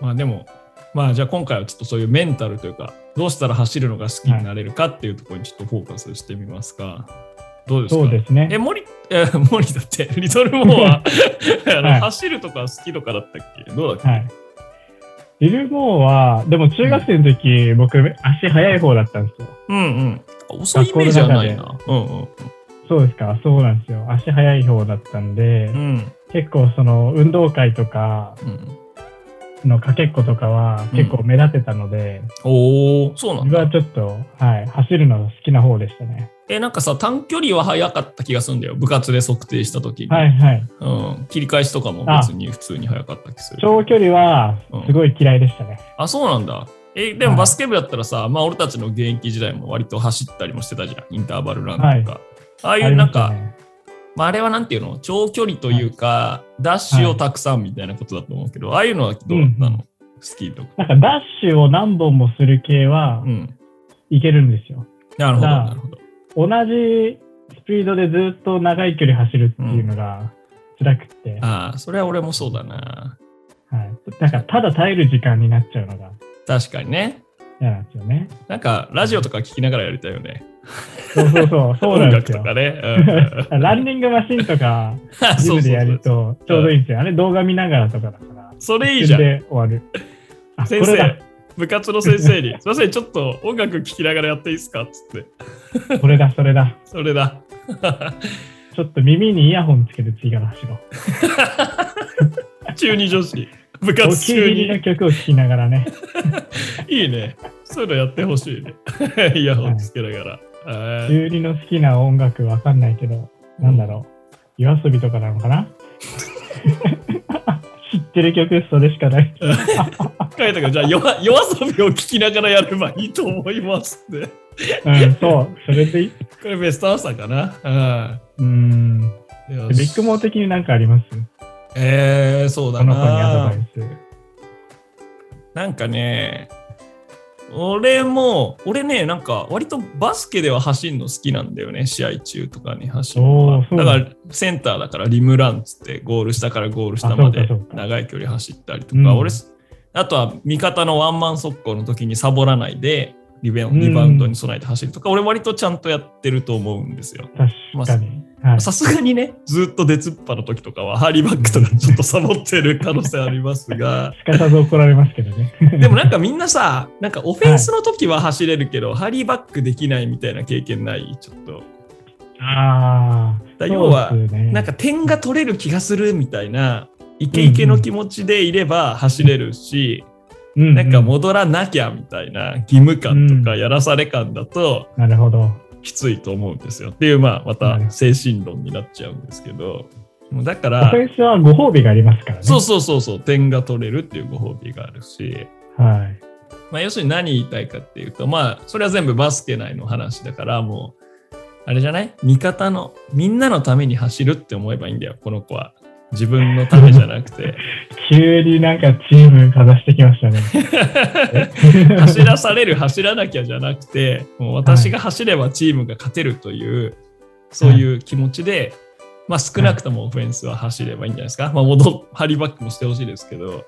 [SPEAKER 1] まあでも、まあじゃあ今回はちょっとそういうメンタルというか、どうしたら走るのが好きになれるかっていうところにちょっとフォーカスしてみますか。どうですか
[SPEAKER 2] そうですね
[SPEAKER 1] え、。森、え、森だって、 リトルモーは、あの
[SPEAKER 2] はい
[SPEAKER 1] 走るとか好きとかだったっけどうだっけ、
[SPEAKER 2] はい。リルモーは、でも中学生の時、僕、足速い方だったんですよ。
[SPEAKER 1] うんうん。遅いイメージはないな。うんうん。
[SPEAKER 2] そうですか、そうなんですよ。足早い方だったんで、
[SPEAKER 1] うん。
[SPEAKER 2] 結構その運動会とか
[SPEAKER 1] うん、
[SPEAKER 2] のかけっことかは結構目立てたので、
[SPEAKER 1] おお、そうなん
[SPEAKER 2] 自分は
[SPEAKER 1] だ。
[SPEAKER 2] ちょっと、はい、走るのが好きな方でしたね。
[SPEAKER 1] え、なんかさ、短距離は速かった気がするんだよ。部活で測定した時に、
[SPEAKER 2] はいはい。
[SPEAKER 1] うん。切り返しとかも別に普通に速かった気する。
[SPEAKER 2] 長距離はすごい嫌いでしたね。
[SPEAKER 1] あ、そうなんだ。え、で
[SPEAKER 2] は
[SPEAKER 1] も
[SPEAKER 2] い
[SPEAKER 1] バスケ部だったらさ、まあ俺たちの現役時代も割と走ったりもしてたじゃん。インターバルランとか。ああい
[SPEAKER 2] あ
[SPEAKER 1] う
[SPEAKER 2] り
[SPEAKER 1] な
[SPEAKER 2] ま
[SPEAKER 1] ん
[SPEAKER 2] した
[SPEAKER 1] か、
[SPEAKER 2] ね
[SPEAKER 1] まあ、あれはなんていうの長距離というか、ダッシュをたくさんみたいなことだと思うけど、ああいうのはどうだったの、
[SPEAKER 2] うん
[SPEAKER 1] 好きとか。
[SPEAKER 2] なんかダッシュを何本もする系は
[SPEAKER 1] うん。
[SPEAKER 2] いけるんですよ。
[SPEAKER 1] なるほど、
[SPEAKER 2] なあ
[SPEAKER 1] なるほど。
[SPEAKER 2] 同じスピードでずっと長い距離走るっていうのが辛くって、は
[SPEAKER 1] ああ、それは俺もそうだな。
[SPEAKER 2] い、なんかただ耐える時間になっちゃうのが
[SPEAKER 1] 確かにね。
[SPEAKER 2] 嫌なんですよね。
[SPEAKER 1] なんか、ラジオとか聞きながらやりたいよね。
[SPEAKER 2] そうそうそう、 そうなんです
[SPEAKER 1] 音楽と
[SPEAKER 2] よ。
[SPEAKER 1] かね。うん
[SPEAKER 2] ランニングマシンとか、 ジ
[SPEAKER 1] そう
[SPEAKER 2] ム
[SPEAKER 1] そ
[SPEAKER 2] で
[SPEAKER 1] う
[SPEAKER 2] や
[SPEAKER 1] そ
[SPEAKER 2] る
[SPEAKER 1] う。
[SPEAKER 2] とちょうどいいんですよ。あれ動画見ながらとかだから、
[SPEAKER 1] それいい
[SPEAKER 2] 一
[SPEAKER 1] じゃ
[SPEAKER 2] 瞬
[SPEAKER 1] ん。
[SPEAKER 2] で終わる。あ、こ
[SPEAKER 1] 先
[SPEAKER 2] れだ
[SPEAKER 1] 生、部活の先生に、すいません、ちょっと音楽聴きながらやっていいですかっつって。、
[SPEAKER 2] これだ、それだ。
[SPEAKER 1] それだ。
[SPEAKER 2] ちょっと耳にイヤホンつけて次から走ろう。
[SPEAKER 1] 中二女子。部
[SPEAKER 2] お
[SPEAKER 1] 活
[SPEAKER 2] 気
[SPEAKER 1] 中
[SPEAKER 2] に
[SPEAKER 1] に
[SPEAKER 2] 入り。の曲を聴きながらね。
[SPEAKER 1] いいね。そういうのやってほしいね。 イヤホンつけながら。えー
[SPEAKER 2] 中二の好きな音楽わかんないけど、なんだろう。夜遊びとかなのかな知ってる曲それしかない。
[SPEAKER 1] カイトがじゃあ夜夜遊びを聞きながらやればいいと思いますって。
[SPEAKER 2] うん、そう。それでいい。
[SPEAKER 1] これベストアンサーかな。
[SPEAKER 2] うん。
[SPEAKER 1] うん。よ
[SPEAKER 2] ビ
[SPEAKER 1] し
[SPEAKER 2] ッグモー的になんかあります
[SPEAKER 1] えー、そうだ
[SPEAKER 2] この子にア
[SPEAKER 1] な
[SPEAKER 2] ドバ。イス。
[SPEAKER 1] なんかね、俺も、俺ね、なんか割とバスケでは走るの好きなんだよね、試合中とかに走るの
[SPEAKER 2] お
[SPEAKER 1] は
[SPEAKER 2] ー。そう
[SPEAKER 1] だ
[SPEAKER 2] な
[SPEAKER 1] か
[SPEAKER 2] ん
[SPEAKER 1] らセンターだからリムランっつってゴール下からゴール下
[SPEAKER 2] あそうか
[SPEAKER 1] まで
[SPEAKER 2] そうか
[SPEAKER 1] 長い距離走ったりと
[SPEAKER 2] う
[SPEAKER 1] か、
[SPEAKER 2] ん
[SPEAKER 1] 俺、あとは味方のワンマン速攻の時にサボらないでリベン
[SPEAKER 2] うん
[SPEAKER 1] リバウンドに備えて走るとか、俺割とちゃんとやってると思うんですよ。
[SPEAKER 2] 確かに。はい
[SPEAKER 1] さすがにね、ずっと出突っ張の時とかはハリーバックとかちょっとサボってる可能性ありますが。
[SPEAKER 2] すかさず怒られますけどね。
[SPEAKER 1] でもなんかみんなさ、なんかオフェンスの時は走れるけど、ハリーバックできないみたいな経験ないちょっと。
[SPEAKER 2] ああ。
[SPEAKER 1] だ要は
[SPEAKER 2] そうですね
[SPEAKER 1] なんか点が取れる気がするみたいな、イケイケの気持ちでいれば走れるし、
[SPEAKER 2] うう
[SPEAKER 1] なんか戻らなきゃみたいな義務感とか
[SPEAKER 2] うん
[SPEAKER 1] やらされ感だと
[SPEAKER 2] なるほど。
[SPEAKER 1] きついと思うんですよ。っていう、まあま
[SPEAKER 2] なる
[SPEAKER 1] た
[SPEAKER 2] ほど
[SPEAKER 1] 精神論になっちゃうんですけど、もうだか
[SPEAKER 2] オ
[SPEAKER 1] ら
[SPEAKER 2] フ、ェンスはご褒美がありますからね。
[SPEAKER 1] そうそうそうそう、点が取れるっていうご褒美があるし、
[SPEAKER 2] はい。
[SPEAKER 1] まあ、要するに何言いたいかっていうと、まあ、それは全部バスケ内の話だから、もう、あれじゃない味方の、みんなのために走るって思えばいいんだよ、この子は。自分のためじゃなく て。
[SPEAKER 2] 急になんかチームかざしてきましたね。
[SPEAKER 1] 走らされる、走らなきゃじゃなくて、もう私が走ればチームが勝てるという、そういう気持ちで、まあ、少なくともオフェンスは走ればいいんじゃないですか。まあ、戻っ、ハリバックもしてほしいですけ ど。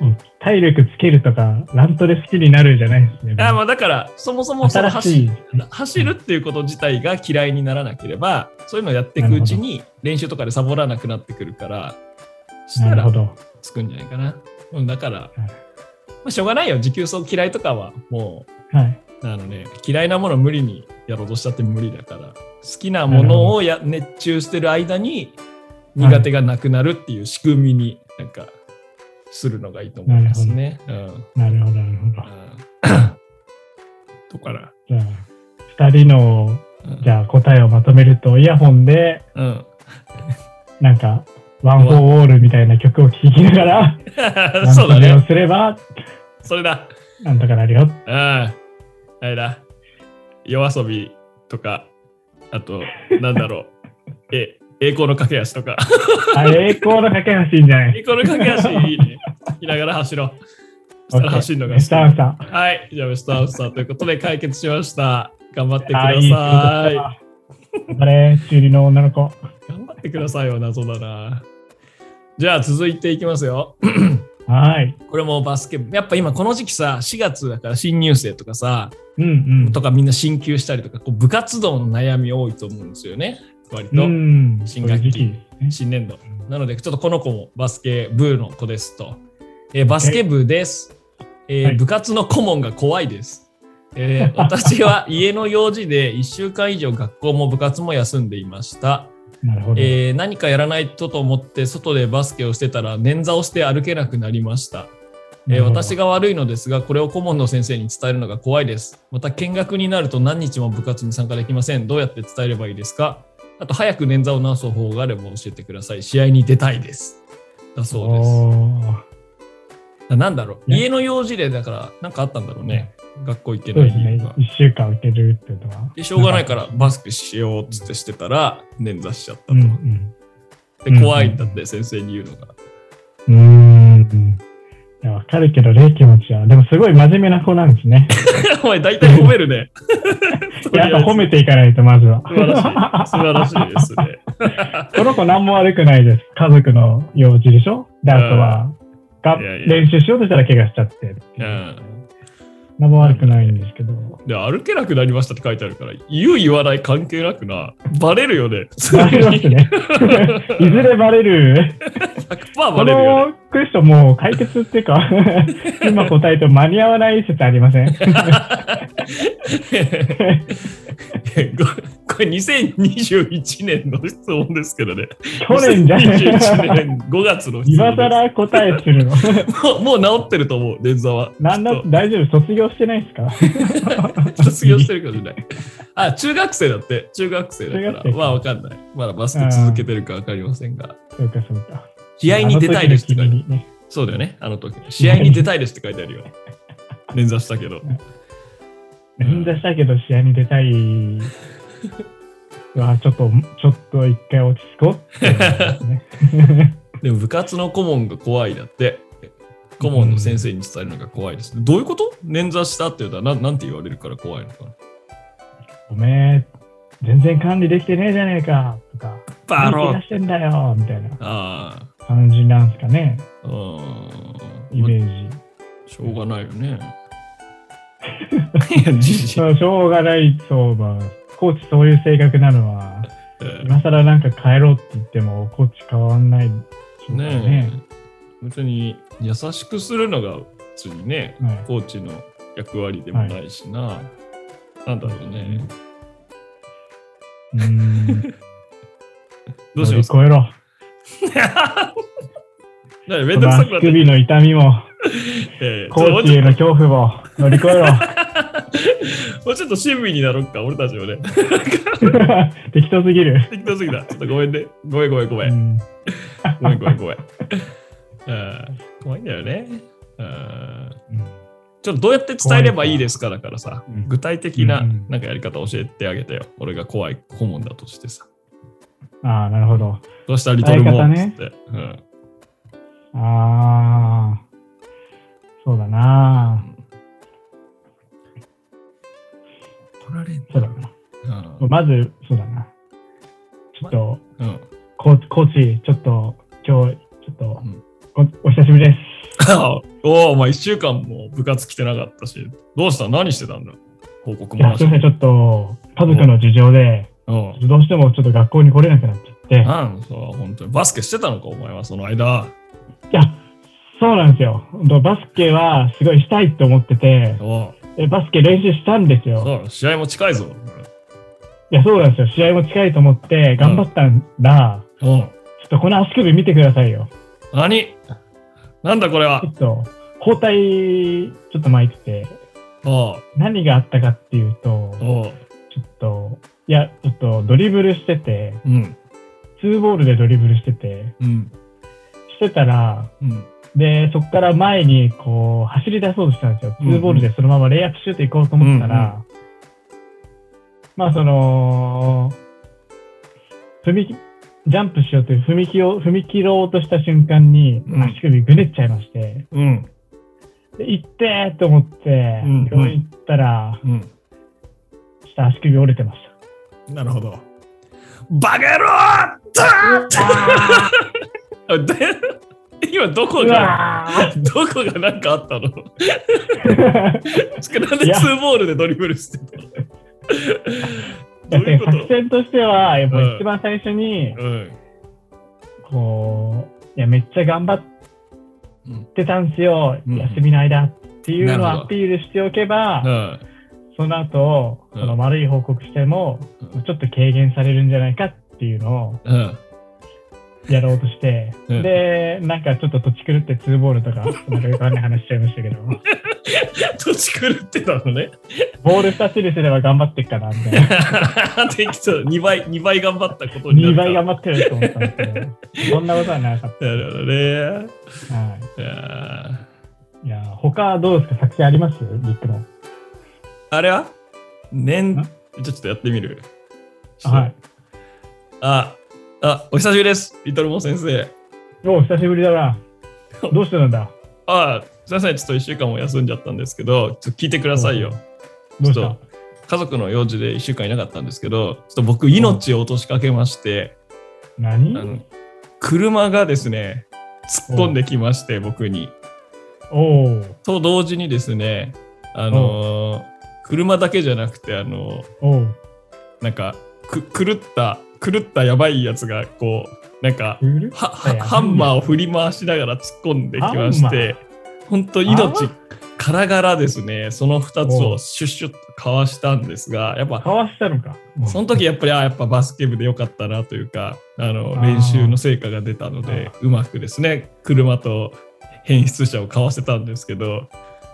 [SPEAKER 1] うん
[SPEAKER 2] 体力つけるとか、ラントで好きになるじゃないですね。
[SPEAKER 1] あまあだから、そもそもその
[SPEAKER 2] 新
[SPEAKER 1] 走
[SPEAKER 2] しい。
[SPEAKER 1] 走るっていうこと自体が嫌いにならなければそういうのをやっていくうちに練習とかでサボらなくなってくるからした
[SPEAKER 2] なる
[SPEAKER 1] ら
[SPEAKER 2] ほど。
[SPEAKER 1] つくんじゃないかな、うん、だから、まあ、しょうがないよ持久走嫌いとかはも
[SPEAKER 2] はい。
[SPEAKER 1] うあの、ね、嫌いなもの無理にやろうとしたって無理だから好きなものをや熱中してる間に
[SPEAKER 2] はい
[SPEAKER 1] 苦手がなくなるっていう仕組みになんかするのがいいと思いますね。うん
[SPEAKER 2] なるほど、なるほど。
[SPEAKER 1] とかな。
[SPEAKER 2] じゃあ、二人の、
[SPEAKER 1] うん
[SPEAKER 2] じゃあ答えをまとめると、イヤホンで、
[SPEAKER 1] うん
[SPEAKER 2] なんか、ワン・フォー・オールみたいな曲を聴きながら、ラ
[SPEAKER 1] そう
[SPEAKER 2] ン
[SPEAKER 1] だ
[SPEAKER 2] トレを
[SPEAKER 1] ね。
[SPEAKER 2] すれば、
[SPEAKER 1] それだ。
[SPEAKER 2] なんとか なるよ。
[SPEAKER 1] うん。あれだ。夜遊びとか、あと、なんだろう。え、栄光の架け橋とか。
[SPEAKER 2] あれ、栄光の架け橋いいんじゃない
[SPEAKER 1] 栄光の架け橋いいね。いながら走ろう。そしたら走るのが
[SPEAKER 2] ベストア
[SPEAKER 1] 好
[SPEAKER 2] ンサー。
[SPEAKER 1] き。はい。じゃあ、ベストアンサーということで解決しました。頑張ってくださ
[SPEAKER 2] はい
[SPEAKER 1] い。頑
[SPEAKER 2] あれ、修理の女の子。
[SPEAKER 1] 張ってくださいよ、謎だな。じゃあ、続いていきますよ。
[SPEAKER 2] はい。
[SPEAKER 1] これもバスケ部。やっぱ今この時期さ、4月だから新入生とかさ、
[SPEAKER 2] うん
[SPEAKER 1] とかみんな進級したりとか、こう部活動の悩み多いと思うんですよね。割
[SPEAKER 2] うん。
[SPEAKER 1] と。
[SPEAKER 2] うん。
[SPEAKER 1] 新学期
[SPEAKER 2] そういう時期ですね
[SPEAKER 1] 新年度。なので、ちょっとこの子もバスケ部の子ですと。えーバスケ部です。えー
[SPEAKER 2] はい
[SPEAKER 1] 部活の顧問が怖いです。 えー私は家の用事で1週間以上学校も部活も休んでいました、
[SPEAKER 2] なるほど。
[SPEAKER 1] えー何かやらないとと思って外でバスケをしてたら捻挫をして歩けなくなりました、えー私
[SPEAKER 2] が。
[SPEAKER 1] が悪いのですがこれを顧問の先生に伝えるのが怖いですまた見学になると何日も部活に参加できませんどうやって伝えればいいですかあと早く捻挫を治す方法があれば教えてください試合に出たいですだそうです
[SPEAKER 2] おー
[SPEAKER 1] だなんだろう
[SPEAKER 2] ね
[SPEAKER 1] 家の用事でだから何かあったんだろうね学校行け
[SPEAKER 2] そ
[SPEAKER 1] な
[SPEAKER 2] う
[SPEAKER 1] い
[SPEAKER 2] です
[SPEAKER 1] 理
[SPEAKER 2] ね
[SPEAKER 1] 由が。
[SPEAKER 2] 1週間受けるっていうのは。
[SPEAKER 1] でしょうがないからバスケしようっつってしてたら捻挫しちゃった
[SPEAKER 2] う
[SPEAKER 1] と、
[SPEAKER 2] んうん。
[SPEAKER 1] で怖いんだって先生に言うのが、
[SPEAKER 2] うーん。いや、わかるけど、霊気持ちは。でも、すごい真面目な子なんで すね。
[SPEAKER 1] お前大体褒めるね
[SPEAKER 2] い ややっぱ褒めていかないと、まずは。
[SPEAKER 1] 素晴らしい素晴らしいですね
[SPEAKER 2] この子何も悪くないです。家族の用事でしょで、あとは、が
[SPEAKER 1] いやいや
[SPEAKER 2] 練習しようとしたら怪我しちゃって。
[SPEAKER 1] うん
[SPEAKER 2] 何も悪くないんですけど。
[SPEAKER 1] で歩けなくなりましたって書いてあるから言う言わない関係なくなバレるよね
[SPEAKER 2] バレま すね。いずれバレる。
[SPEAKER 1] 100%
[SPEAKER 2] こ
[SPEAKER 1] バレるよね
[SPEAKER 2] のクエストもう解決ってい うか、今答えても間に合わない説ありません。
[SPEAKER 1] ここれ2021年の質問ですけどね。
[SPEAKER 2] 去年じゃ
[SPEAKER 1] 2021
[SPEAKER 2] ね
[SPEAKER 1] 年5月の質問
[SPEAKER 2] 今
[SPEAKER 1] です。
[SPEAKER 2] 更答えするの。
[SPEAKER 1] もうもう治ってると思う、捻挫は。
[SPEAKER 2] なんだ
[SPEAKER 1] きっと
[SPEAKER 2] 大丈夫卒業してないです か
[SPEAKER 1] 卒業してるかもしれない。あ、中学生だって。中学生だか
[SPEAKER 2] 中学
[SPEAKER 1] ら。
[SPEAKER 2] 生
[SPEAKER 1] まあわかんない。まだバスケ続けてるかわかりませんが。
[SPEAKER 2] そうかそうか。
[SPEAKER 1] 試合に出たいですって書いてある。
[SPEAKER 2] あの時の君にね
[SPEAKER 1] そうだよね。あの時。試合に出たいですって書いてあ るよ。捻挫したけど。
[SPEAKER 2] 捻挫したけど試合に出たい。うわちょっと、ちょっと一回落ち着こうって思います ね
[SPEAKER 1] でも部活の顧問が怖いだって。顧問の先生に伝えるのが怖いです。どういうこと捻挫したって言うたらななんて言われるから怖いのかな。
[SPEAKER 2] ごめん、全然管理できてねえじゃねえかとか、
[SPEAKER 1] バロ
[SPEAKER 2] 何怪我
[SPEAKER 1] ー
[SPEAKER 2] してんだよみたいな
[SPEAKER 1] あ
[SPEAKER 2] 感じなんですかね、
[SPEAKER 1] あ。うん。
[SPEAKER 2] イ
[SPEAKER 1] ま
[SPEAKER 2] メージ。
[SPEAKER 1] しょうがないよね。 いや、じじい
[SPEAKER 2] ま。あしょうがない、そう、まあ、コーチそういう性格なのは、今更なんか帰ろうって言っても、コーチ変わんないでしょうから
[SPEAKER 1] ねえ、別に優しくするのが別にね、
[SPEAKER 2] はい
[SPEAKER 1] コーチの役割でもないしな。なんだろうね。
[SPEAKER 2] うーん。
[SPEAKER 1] どうしますか
[SPEAKER 2] 乗り越えろ。
[SPEAKER 1] 何め
[SPEAKER 2] こ
[SPEAKER 1] んどく
[SPEAKER 2] の
[SPEAKER 1] さくな
[SPEAKER 2] 足
[SPEAKER 1] って。
[SPEAKER 2] 首の痛みも、
[SPEAKER 1] いやいや
[SPEAKER 2] コ
[SPEAKER 1] もう
[SPEAKER 2] ー
[SPEAKER 1] ち
[SPEAKER 2] チ
[SPEAKER 1] ょ
[SPEAKER 2] へ
[SPEAKER 1] っ
[SPEAKER 2] の恐怖も乗り越え ろ。
[SPEAKER 1] ともうちょっと親身になろうか、俺たちも ね。
[SPEAKER 2] 適当すぎる。
[SPEAKER 1] 適当すぎた。ちょっとごめんね。ごめんごめんごめ。
[SPEAKER 2] うんん
[SPEAKER 1] ごめんごめんごめん。あー怖いんだよね。あーちょっとどうやって伝えればいいですかだからさ、
[SPEAKER 2] うん
[SPEAKER 1] 具体的な
[SPEAKER 2] うん
[SPEAKER 1] なんかやり方教えてあげてよ。俺が怖い顧問だとしてさ。
[SPEAKER 2] ああ、なるほど。
[SPEAKER 1] どうしたリトルモーっ
[SPEAKER 2] 伝え
[SPEAKER 1] つって。うん
[SPEAKER 2] ああ、そうだな。
[SPEAKER 1] 取られん
[SPEAKER 2] そうだな。
[SPEAKER 1] うん
[SPEAKER 2] まず、そうだな。ちょっと、
[SPEAKER 1] うん。
[SPEAKER 2] コーチ、コーチちょっと、今日、ちょっと
[SPEAKER 1] うん、
[SPEAKER 2] おお久しぶりです。
[SPEAKER 1] おお、お前1週間も部活来てなかったし、どうした何してたんだ報告
[SPEAKER 2] い
[SPEAKER 1] も
[SPEAKER 2] や、
[SPEAKER 1] な
[SPEAKER 2] す
[SPEAKER 1] し
[SPEAKER 2] いません、ちょっと、家族の事情で、
[SPEAKER 1] うん。
[SPEAKER 2] どうしてもちょっと学校に来れなくなっち ゃって。
[SPEAKER 1] なんそう、本当に。バスケしてたのか、お前は、その間。
[SPEAKER 2] いや、そうなんですよ。ほんとバスケはすごいしたいって思ってて、
[SPEAKER 1] おう
[SPEAKER 2] えバスケ練習したんですよ。
[SPEAKER 1] そう、試合も近いぞ。
[SPEAKER 2] いや、そうなんですよ。試合も近いと思って頑張ったんだ。
[SPEAKER 1] おう
[SPEAKER 2] ちょっとこの足首見てくださいよ。
[SPEAKER 1] 何なんだこれは
[SPEAKER 2] ちょ。っと、包帯、ちょっと巻いてて、
[SPEAKER 1] おう
[SPEAKER 2] 何があったかっていうと、
[SPEAKER 1] おう
[SPEAKER 2] ちょっと、いや、ちょっとドリブルしてて、
[SPEAKER 1] うん。
[SPEAKER 2] ツーボールでドリブルしてて、
[SPEAKER 1] うん。
[SPEAKER 2] してたら、
[SPEAKER 1] うん。
[SPEAKER 2] で、そこから前にこう、走り出そうとしたんですよ。ツ
[SPEAKER 1] うん
[SPEAKER 2] ーボールでそのままレイアップシュート行こうと思ったら、まあその、踏み、ジャンプしようという踏み切ろう、踏み切ろうとした瞬間に
[SPEAKER 1] うん
[SPEAKER 2] 足首ぐねっちゃいまして、
[SPEAKER 1] うん。
[SPEAKER 2] で、行ってーと思って
[SPEAKER 1] うん、
[SPEAKER 2] 病院行ったら、
[SPEAKER 1] うん。
[SPEAKER 2] 下足首折れてまし
[SPEAKER 1] なるほど。バカ野郎だ
[SPEAKER 2] た。
[SPEAKER 1] ーで 今どこ
[SPEAKER 2] う
[SPEAKER 1] が
[SPEAKER 2] わー
[SPEAKER 1] どこがなんかあったの
[SPEAKER 2] うわー
[SPEAKER 1] しかもなんで
[SPEAKER 2] いや
[SPEAKER 1] ツーボールでドリブルしてたのど
[SPEAKER 2] だ
[SPEAKER 1] う
[SPEAKER 2] っ
[SPEAKER 1] い
[SPEAKER 2] て
[SPEAKER 1] う こと
[SPEAKER 2] 作戦としては、やっぱ
[SPEAKER 1] うん
[SPEAKER 2] 一番最初に、
[SPEAKER 1] うん
[SPEAKER 2] こう、いや、めっちゃ頑張っ
[SPEAKER 1] うん
[SPEAKER 2] てたんすよ、
[SPEAKER 1] うん
[SPEAKER 2] 休みの間っていうの
[SPEAKER 1] な
[SPEAKER 2] を
[SPEAKER 1] るほど
[SPEAKER 2] アピールしておけば、
[SPEAKER 1] うん
[SPEAKER 2] その後、
[SPEAKER 1] うん
[SPEAKER 2] その悪い報告しても、
[SPEAKER 1] うん
[SPEAKER 2] ちょっと軽減されるんじゃないかっていうのを
[SPEAKER 1] うん。
[SPEAKER 2] やろうとして、
[SPEAKER 1] うん
[SPEAKER 2] で、なんかちょっと土地狂ってツーボールとか、なんかよくわかんない話しちゃいまし たけど、
[SPEAKER 1] 土地狂ってたのね。
[SPEAKER 2] ボール2つにすれば頑張ってっかな、みたいな。
[SPEAKER 1] 適当、2倍、二倍頑張ったことにな
[SPEAKER 2] 2
[SPEAKER 1] るから。
[SPEAKER 2] 倍頑張ってると思ったんですけど、そんなことはなかっ
[SPEAKER 1] なるほどね。
[SPEAKER 2] た。はい
[SPEAKER 1] や
[SPEAKER 2] い、いやー、他どうですか作戦ありますビッグの。
[SPEAKER 1] ーあれは年、
[SPEAKER 2] ん
[SPEAKER 1] ちょっとやってみる。
[SPEAKER 2] はい。。
[SPEAKER 1] あ、あ、お久しぶりです。リトルモ先生。
[SPEAKER 2] おう久しぶりだな。どうしてなんだ
[SPEAKER 1] あ、すいません。ちょっと1週間も休んじゃったんですけど、ちょっと聞いてくださいよ。
[SPEAKER 2] どうし
[SPEAKER 1] ちょ
[SPEAKER 2] た
[SPEAKER 1] っ家族の用事で1週間いなかったんですけど、ちょっと僕、命を落としかけまして、
[SPEAKER 2] 何
[SPEAKER 1] あの車がですね、突っ込んできまして、僕に。
[SPEAKER 2] おう
[SPEAKER 1] と同時にですね、あのー車だけじゃなくて、あのー
[SPEAKER 2] おう
[SPEAKER 1] なんかく狂った狂ったやばいやつがこうなんか
[SPEAKER 2] うる
[SPEAKER 1] は
[SPEAKER 2] やばい
[SPEAKER 1] はハンマーを振り回しながら突っ込んできまして本当命からがらですねその2つをシュッシュッとかわしたんですがやっぱ
[SPEAKER 2] かわしたのか。
[SPEAKER 1] その時やっぱりあやっぱバスケ部でよかったなというかあの
[SPEAKER 2] あー
[SPEAKER 1] 練習の成果が出たのでうまくですね車と変質者をかわせたんですけど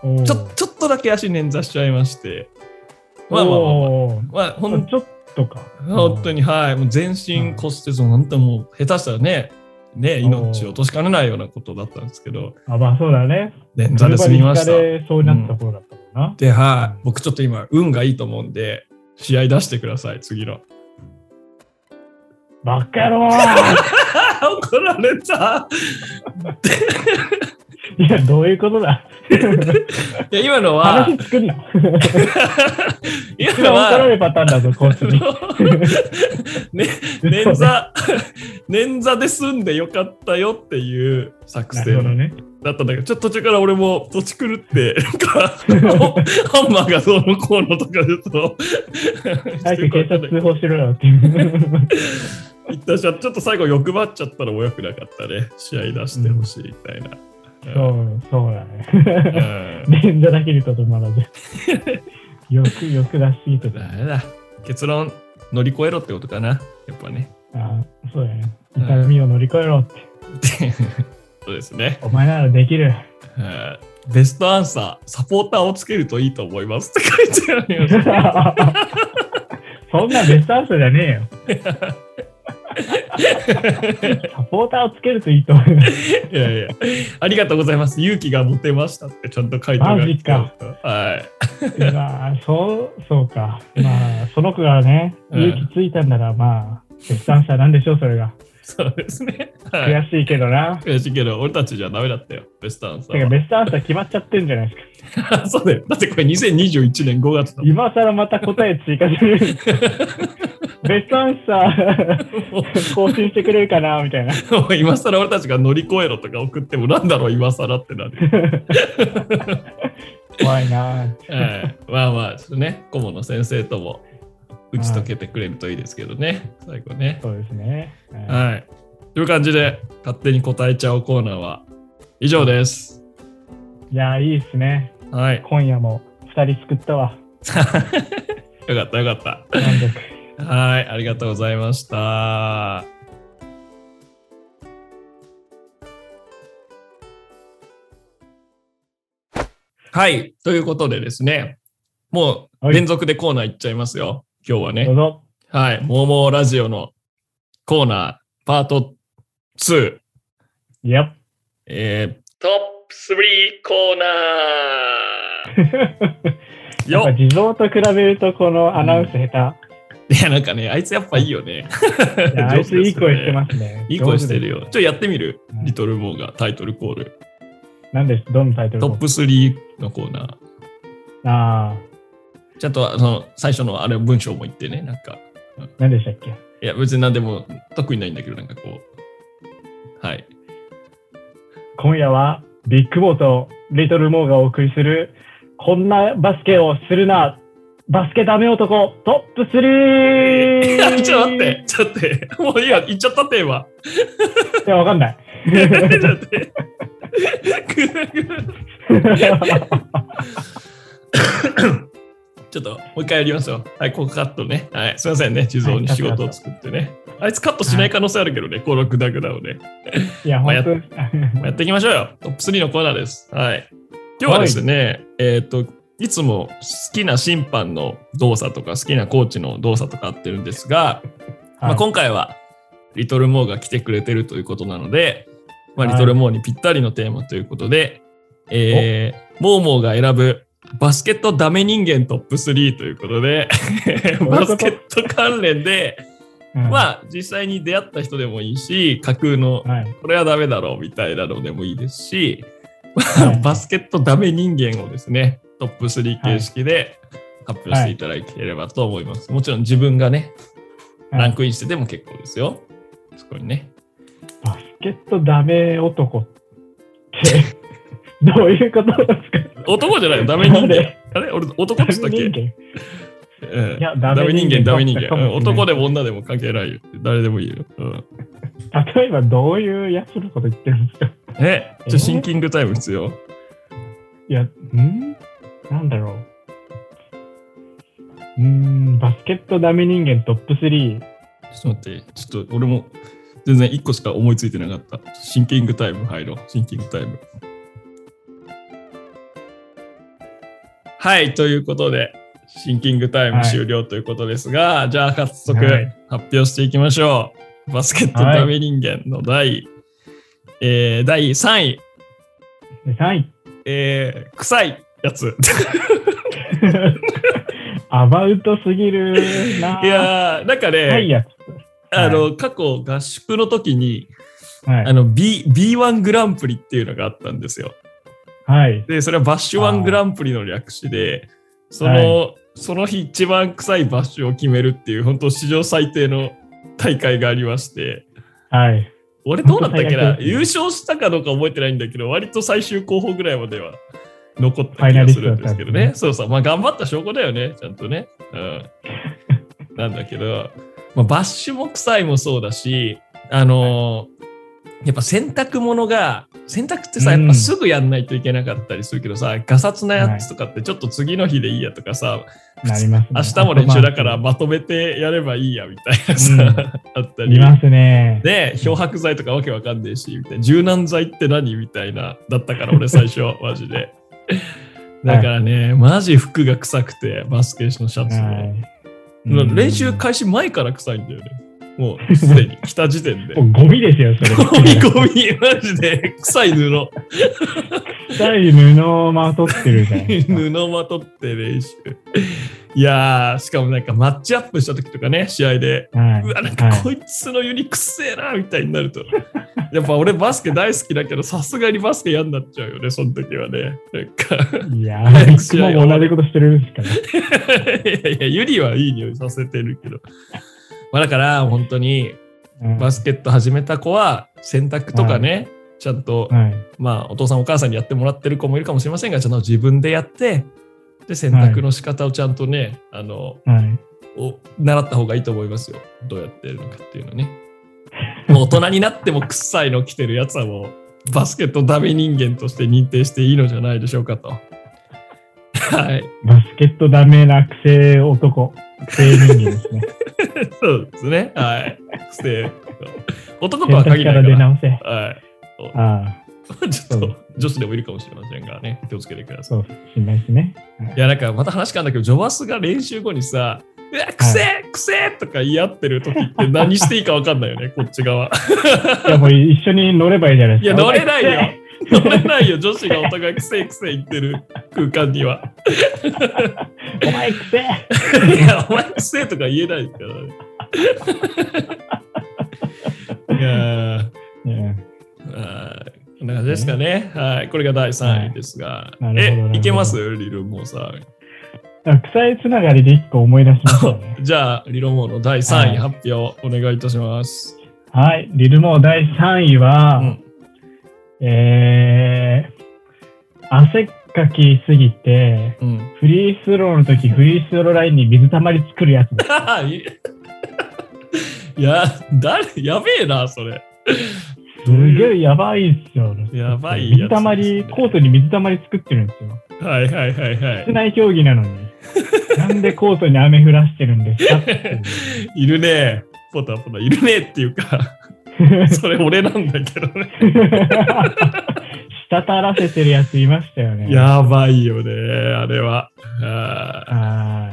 [SPEAKER 2] おう
[SPEAKER 1] ちょちょっとだけ足捻挫しちゃいましてまあまあまあまあ
[SPEAKER 2] おう
[SPEAKER 1] まあほん
[SPEAKER 2] ちょっとか。
[SPEAKER 1] 本当に、はい、もう全身骨折、なんてもう下手したらね、ね、命を落としかねないようなことだったんですけど、
[SPEAKER 2] うん。あ、まあそうだね。
[SPEAKER 1] 捻挫で済みました
[SPEAKER 2] 車。にひかれそうになった頃だったもんな。
[SPEAKER 1] で、はい、僕ちょっと今、運がいいと思うんで、試合出してください、次の。
[SPEAKER 2] バカ野郎 い
[SPEAKER 1] 怒られた
[SPEAKER 2] や、どういうことだ
[SPEAKER 1] いや、今のは、
[SPEAKER 2] 話作んな。
[SPEAKER 1] 今
[SPEAKER 2] 一
[SPEAKER 1] の
[SPEAKER 2] 番怒られ
[SPEAKER 1] は、
[SPEAKER 2] るパターンだぞ、こいつに。
[SPEAKER 1] ね、捻挫、 捻挫で済んでよかったよっていう作
[SPEAKER 2] なるほど
[SPEAKER 1] 戦
[SPEAKER 2] ね。
[SPEAKER 1] だったんだけど、ちょっと途中から俺も土地狂って、なんか、ハンマーがどうのこうのとかちょっと、
[SPEAKER 2] 早く警察通報しろよっ ていう。
[SPEAKER 1] 一旦じゃあちょっと最後欲張っちゃったらおよくなかったね。試合出してほしいみたいな。
[SPEAKER 2] そう、そうだ
[SPEAKER 1] う
[SPEAKER 2] ね。
[SPEAKER 1] ん。
[SPEAKER 2] 連打だけでとどまらず。 よくよく出しすぎてた。
[SPEAKER 1] ダメだ。結論、乗り越えろってことかな。やっぱね。
[SPEAKER 2] あそうだね。痛みを乗り越えろって。
[SPEAKER 1] そうですね。
[SPEAKER 2] お前ならでき る。
[SPEAKER 1] うんベストアンサー、サポーターをつけるといいと思いますって書いてありま
[SPEAKER 2] そ
[SPEAKER 1] す。
[SPEAKER 2] んなベストアンサーじゃねえよ。サポーターをつけるといいと思います。
[SPEAKER 1] いやいや、ありがとうございます。勇気が持てましたってちゃんと書いてある。
[SPEAKER 2] マジか。
[SPEAKER 1] はい。
[SPEAKER 2] まあ、そう、そうか。まあ、その子がね、
[SPEAKER 1] うん
[SPEAKER 2] 勇気ついたんなら、まあ、ベストアンサーなんでしょう、それが。
[SPEAKER 1] そうですね。はい。
[SPEAKER 2] 悔しいけどな。
[SPEAKER 1] 悔しいけど、俺たちじゃダメだったよ、ベストアンサ
[SPEAKER 2] て
[SPEAKER 1] ー
[SPEAKER 2] か、
[SPEAKER 1] は。
[SPEAKER 2] ベストアンサー決まっちゃってんじゃないですか。
[SPEAKER 1] そうだよ。だってこれ2021年5月だもん
[SPEAKER 2] 今更また答え追加 する。ベストアンサ
[SPEAKER 1] も
[SPEAKER 2] ー更新してくれるかな、みたいな。
[SPEAKER 1] うもう今更俺たちが乗り越えろとか送ってもなんだろう、今更ってなる。
[SPEAKER 2] 怖いな。
[SPEAKER 1] はいまあまあ、ちょっとね、顧問の先生とも打ち解けてくれるといいですけどね、最後ね。
[SPEAKER 2] そうですね。はい
[SPEAKER 1] はい。という感じで、勝手に答えちゃおうコーナーは以上です。
[SPEAKER 2] いやー、いいですね。
[SPEAKER 1] はい。
[SPEAKER 2] 今夜も2人救ったわ。
[SPEAKER 1] よかった、よかっ
[SPEAKER 2] 満足。
[SPEAKER 1] た。はい。ありがとうございました。はい。ということでですね、もう
[SPEAKER 2] はい
[SPEAKER 1] 連続でコーナー行っちゃいますよ。今日は
[SPEAKER 2] どう
[SPEAKER 1] ね。
[SPEAKER 2] ぞ。
[SPEAKER 1] はい。モーモーラジオのコーナー、パート2。
[SPEAKER 2] いや、
[SPEAKER 1] えー、トップ3コーナー
[SPEAKER 2] やっ
[SPEAKER 1] よ
[SPEAKER 2] ぱ
[SPEAKER 1] っ
[SPEAKER 2] 地蔵と比べるとこのアナウンス下
[SPEAKER 1] いや、なんかね、あいつやっぱいいよね。
[SPEAKER 2] 手。いや あいついい声してますね。
[SPEAKER 1] いい声してるよ。ちょっとやってみる、
[SPEAKER 2] うん
[SPEAKER 1] リトルモーがタイトルコール。
[SPEAKER 2] なんですどのタイトル
[SPEAKER 1] トップ3のコーナー。
[SPEAKER 2] ああ、
[SPEAKER 1] ちゃんとあの最初のあれ文章も言ってね、なんか。
[SPEAKER 2] 何でしたっけ
[SPEAKER 1] いや、別に何でも得意ないんだけど、なんかこう。はい。
[SPEAKER 2] 今夜はビッグボーとリトルモーがお送りする、こんなバスケをするな、バスケダメ男トップ 3!
[SPEAKER 1] ちょっと待って、ちょっと待って。もういいや、言っちゃったテーマ。
[SPEAKER 2] いや、わかんない。
[SPEAKER 1] ちょっと待って。 ぐらぐらちょっともう一回やりますよ。はい、ここカットね。はい、すいませんね、地蔵に仕事を作ってね。あいつカットしない可能性あるけどね、56ダグダをね。
[SPEAKER 2] いや、
[SPEAKER 1] まあや
[SPEAKER 2] 本
[SPEAKER 1] っ
[SPEAKER 2] 当ですか。
[SPEAKER 1] やっていきましょうよ。トップ3のコーナーです。はい。今日はですね、えっ、と、いつも好きな審判の動作とか、好きなコーチの動作とかあってるんですが、まあ、
[SPEAKER 2] はい
[SPEAKER 1] 今回は、リトルモーが来てくれてるということなので、まあ、
[SPEAKER 2] はい
[SPEAKER 1] リトルモーにぴったりのテーマということで、えー、モーモーが選ぶバスケットダメ人間トップ3ということ で、バスケット関連で、
[SPEAKER 2] うん
[SPEAKER 1] まあ、実際に出会った人でもいいし、架空の
[SPEAKER 2] はい。
[SPEAKER 1] これはダメだろうみたいなのでもいいですし、
[SPEAKER 2] はい
[SPEAKER 1] バスケットダメ人間をですね、トップ3形式で発表していただければと思います。もちろん自分がね、
[SPEAKER 2] は
[SPEAKER 1] ラン
[SPEAKER 2] い
[SPEAKER 1] クインしてても結構ですよ。そこにね。
[SPEAKER 2] バスケットダメ男 って、どういうことですか
[SPEAKER 1] 男じゃないよ、ダメ人
[SPEAKER 2] あ
[SPEAKER 1] 間
[SPEAKER 2] れ。
[SPEAKER 1] あれ俺、男って言ったっけ、
[SPEAKER 2] ダメ
[SPEAKER 1] うん
[SPEAKER 2] いや
[SPEAKER 1] ダ
[SPEAKER 2] ダ
[SPEAKER 1] メ
[SPEAKER 2] メ
[SPEAKER 1] 人
[SPEAKER 2] 人
[SPEAKER 1] 間、
[SPEAKER 2] 間
[SPEAKER 1] ダメ人
[SPEAKER 2] だったか
[SPEAKER 1] 間。う
[SPEAKER 2] もし
[SPEAKER 1] ん
[SPEAKER 2] れない
[SPEAKER 1] 男でも女でも関係ないよ。誰でもいいよ。うん、
[SPEAKER 2] 人例えばどういうやつのこと言ってるんですか
[SPEAKER 1] え、ちょ、シンキングタイム必要。
[SPEAKER 2] いや、んなんだろう。うーん、バスケットダメ人間トップ3。
[SPEAKER 1] ちょっと待って、ちょっと俺も全然1個しか思いついてなかった。シンキングタイム入ろう、シンキングタイム。はい、ということで、シンキングタイム
[SPEAKER 2] はい
[SPEAKER 1] 終了ということですが、じゃあ早速
[SPEAKER 2] はい
[SPEAKER 1] 発表していきましょう。バスケットダメ人間の第,、えー第3位、
[SPEAKER 2] で3位。
[SPEAKER 1] えー臭いやつ。
[SPEAKER 2] アバウトすぎるな。
[SPEAKER 1] いやー、なんかね、
[SPEAKER 2] はいやつ。
[SPEAKER 1] あの、過去合宿の時に、
[SPEAKER 2] は
[SPEAKER 1] あ
[SPEAKER 2] い。
[SPEAKER 1] の、B、B1 グランプリっていうのがあったんですよ。
[SPEAKER 2] はい。
[SPEAKER 1] で、それはバッシュワングランプリの略詞で、その、その日一番臭いバッシュを決めるっていう、本当史上最低の大会がありまして、
[SPEAKER 2] はい。
[SPEAKER 1] 俺どうだったっけ
[SPEAKER 2] 本当最
[SPEAKER 1] な
[SPEAKER 2] 悪ですね
[SPEAKER 1] 優勝したかどうか覚えてないんだけど、割と最終候補ぐらいまでは残った気がするんですけど
[SPEAKER 2] ファイナリストだったんです
[SPEAKER 1] ね
[SPEAKER 2] ね。
[SPEAKER 1] そうそう、まあ頑張った証拠だよね、ちゃんとね。うん。なんだけど、まあ、バッシュも臭いもそうだし、あのーやっぱ洗濯物が、洗濯ってさ、
[SPEAKER 2] う
[SPEAKER 1] や
[SPEAKER 2] ん
[SPEAKER 1] っぱすぐやんないといけなかったりするけどさ、ガサツなやつとかってちょっと次の日でいいやとかさ、
[SPEAKER 2] なりますね。
[SPEAKER 1] 明日も練習だから
[SPEAKER 2] ま
[SPEAKER 1] まとめてやればいいやみたいなさ、
[SPEAKER 2] う ん
[SPEAKER 1] あった
[SPEAKER 2] あ
[SPEAKER 1] り
[SPEAKER 2] い。ますね。
[SPEAKER 1] で、漂白剤とかわけわかんねえし、みたいな。柔軟剤って何みたいな、だったから俺最初、 マジで。だからね、マジ服が臭くて、バスケのシャツも。
[SPEAKER 2] はい
[SPEAKER 1] まあ
[SPEAKER 2] うん
[SPEAKER 1] 練習開始前から臭いんだよね。も うすでに来た時点で。
[SPEAKER 2] もうゴミですよ、それ。
[SPEAKER 1] ゴミゴミ、マジで臭い布。
[SPEAKER 2] 臭い布をまとってるじゃない ですか。
[SPEAKER 1] 布まとって練習。いやー、しかもなんかマッチアップした時とかね、試合で。
[SPEAKER 2] はいう
[SPEAKER 1] わ、なんか
[SPEAKER 2] はい
[SPEAKER 1] こいつのユニくっせえな、みたいになると。 やっぱ俺バスケ大好きだけど、さすがにバスケ嫌になっちゃうよね、その時はね。なんか
[SPEAKER 2] いや
[SPEAKER 1] 早
[SPEAKER 2] ー、
[SPEAKER 1] く試合
[SPEAKER 2] 僕も同じことしてるんですから。
[SPEAKER 1] いやいや、ユニはいい匂いさせてるけど。まあだから、本当に
[SPEAKER 2] うん
[SPEAKER 1] バスケット始めた子は洗濯とかね、ちゃんと、
[SPEAKER 2] はい。
[SPEAKER 1] まあお父さんお母さんにやってもらってる子もいるかもしれませんが、ちゃんと自分でやって、で、洗濯の仕方をちゃんとね、あの、
[SPEAKER 2] はい。
[SPEAKER 1] を習った方がいいと思いますよ。どうやってやるのかっていうのね。もう大人になっても臭いの着てるやつはもうバスケットダメ人間として認定していいのじゃないでしょうかと。はい。
[SPEAKER 2] バスケットダメな癖男。癖人 間ですね。
[SPEAKER 1] そうですね。はい。ステイ男と
[SPEAKER 2] 洗
[SPEAKER 1] は
[SPEAKER 2] 濯
[SPEAKER 1] 限
[SPEAKER 2] か
[SPEAKER 1] ない
[SPEAKER 2] らら出
[SPEAKER 1] から。
[SPEAKER 2] 直せ。
[SPEAKER 1] はい。
[SPEAKER 2] ああ、
[SPEAKER 1] ちょっと女子でもいるかもしれませんがね。気をつけてください。
[SPEAKER 2] そう、しないですね。
[SPEAKER 1] いや、なんかまた話変わるんだけど、ジョバスが練習後にさ、うわ、くせえ、くせえとか言い合ってる時って何していいか分かんないよね、こっち側。
[SPEAKER 2] いや、もう一緒に乗ればいいじゃないです
[SPEAKER 1] い
[SPEAKER 2] か。
[SPEAKER 1] や乗れないよ
[SPEAKER 2] お前。
[SPEAKER 1] 乗れないよ、女子がお互いくせえくせえ言ってる空間には。
[SPEAKER 2] お前くせえ
[SPEAKER 1] いや、お前くせえとか言えないからね。いやー
[SPEAKER 2] うん
[SPEAKER 1] あーこんな感じですかね。はい、これが第3位ですが。
[SPEAKER 2] はいなるほどなるほ
[SPEAKER 1] え、
[SPEAKER 2] ど
[SPEAKER 1] いけますリロモーさん。
[SPEAKER 2] なんか臭いつながりで一個思い出しました ね。
[SPEAKER 1] じゃあ、リロモーの第3位
[SPEAKER 2] は
[SPEAKER 1] 発表お願いいたします。
[SPEAKER 2] はい、リルモー第3位は、
[SPEAKER 1] うん
[SPEAKER 2] えー、汗かきすぎて、
[SPEAKER 1] うん。
[SPEAKER 2] フリースローの時、フリースローラインに水たまり作るやつです。
[SPEAKER 1] いや、誰、やべえな、それ。
[SPEAKER 2] すげえやばいっすよ。
[SPEAKER 1] やばいやつですね
[SPEAKER 2] 水たまり、コートに水たまり作ってるんですよ。
[SPEAKER 1] はいはいはいはい
[SPEAKER 2] 室。内競技なのに。なんでコートに雨降らしてるんですかってい
[SPEAKER 1] い
[SPEAKER 2] う
[SPEAKER 1] るね。ポタポタいるねって いうか、 それ俺なんだけどね。
[SPEAKER 2] 滴らせてるやついましたよね。
[SPEAKER 1] やばいよね、あれは。あ
[SPEAKER 2] は
[SPEAKER 1] ー
[SPEAKER 2] い。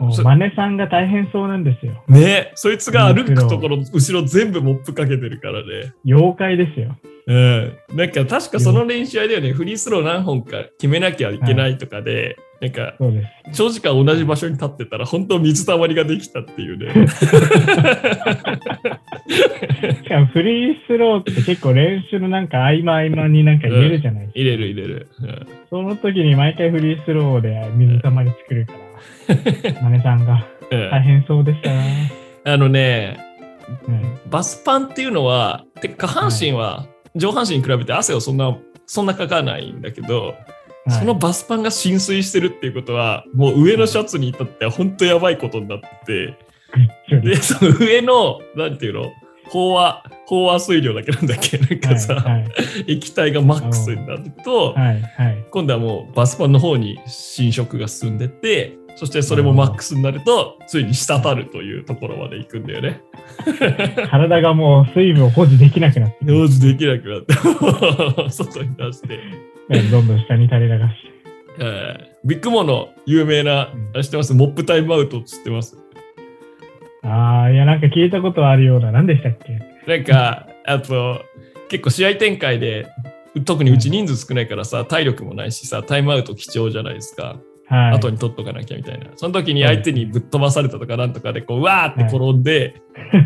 [SPEAKER 2] もう
[SPEAKER 1] そ
[SPEAKER 2] 真似さんが大変そうなんですよ。
[SPEAKER 1] ね、そいつが歩くところ、後ろ全部モップかけてるからね。
[SPEAKER 2] 妖怪ですよ。
[SPEAKER 1] うん。なんか確かその練習あれだよね、フリースロー何本か決めなきゃいけないとかで、なんか
[SPEAKER 2] そうです。
[SPEAKER 1] 長時間同じ場所に立ってたら本当水たまりができたっていうね。
[SPEAKER 2] しかもフリースローって結構練習のなんか合間合間になんか入れるじゃないですか。
[SPEAKER 1] 入れる入れる。うん
[SPEAKER 2] その時に毎回フリースローで水たまり作 るから、マネさんが
[SPEAKER 1] うん
[SPEAKER 2] 大変そうでした。
[SPEAKER 1] あのね、
[SPEAKER 2] うん
[SPEAKER 1] バスパンっていうのは、てか下半身は上半身に比べて汗をそんな、そんなかかないんだけど、その
[SPEAKER 2] はい
[SPEAKER 1] バスパンが浸水してるっていうことは、もう上のシャツに至っては本当やばいことになって
[SPEAKER 2] ち ょ
[SPEAKER 1] て、で、その上の、なんていうの、飽和、飽和水量だけなんだっけなんかさ、
[SPEAKER 2] はい
[SPEAKER 1] 液体がマックスになると、
[SPEAKER 2] はいはい
[SPEAKER 1] 今度はもうバスパンの方に侵食が進んでって、そしてそれもマックスになると、ついに滴るというところまで行くんだよね。
[SPEAKER 2] はい。体がもう水分を保持できなくなって
[SPEAKER 1] 用事できなくなって、 外に出して。
[SPEAKER 2] どんどん下に垂れ流して。
[SPEAKER 1] えービッグモーの有名な
[SPEAKER 2] うん、
[SPEAKER 1] あれ知ってますモップタイムアウトって知ってます
[SPEAKER 2] ああ、いや、なんか聞いたことあるような、何でしたっけ
[SPEAKER 1] なんか、あと、結構試合展開で、特にうち人数少ないからさ、体力もないしさ、タイムアウト貴重じゃないですか。
[SPEAKER 2] はい。
[SPEAKER 1] 後に取っとかなきゃみたいな。その時に相手にぶっ飛ばされたとかなんとかで、こう、うわーって転んで、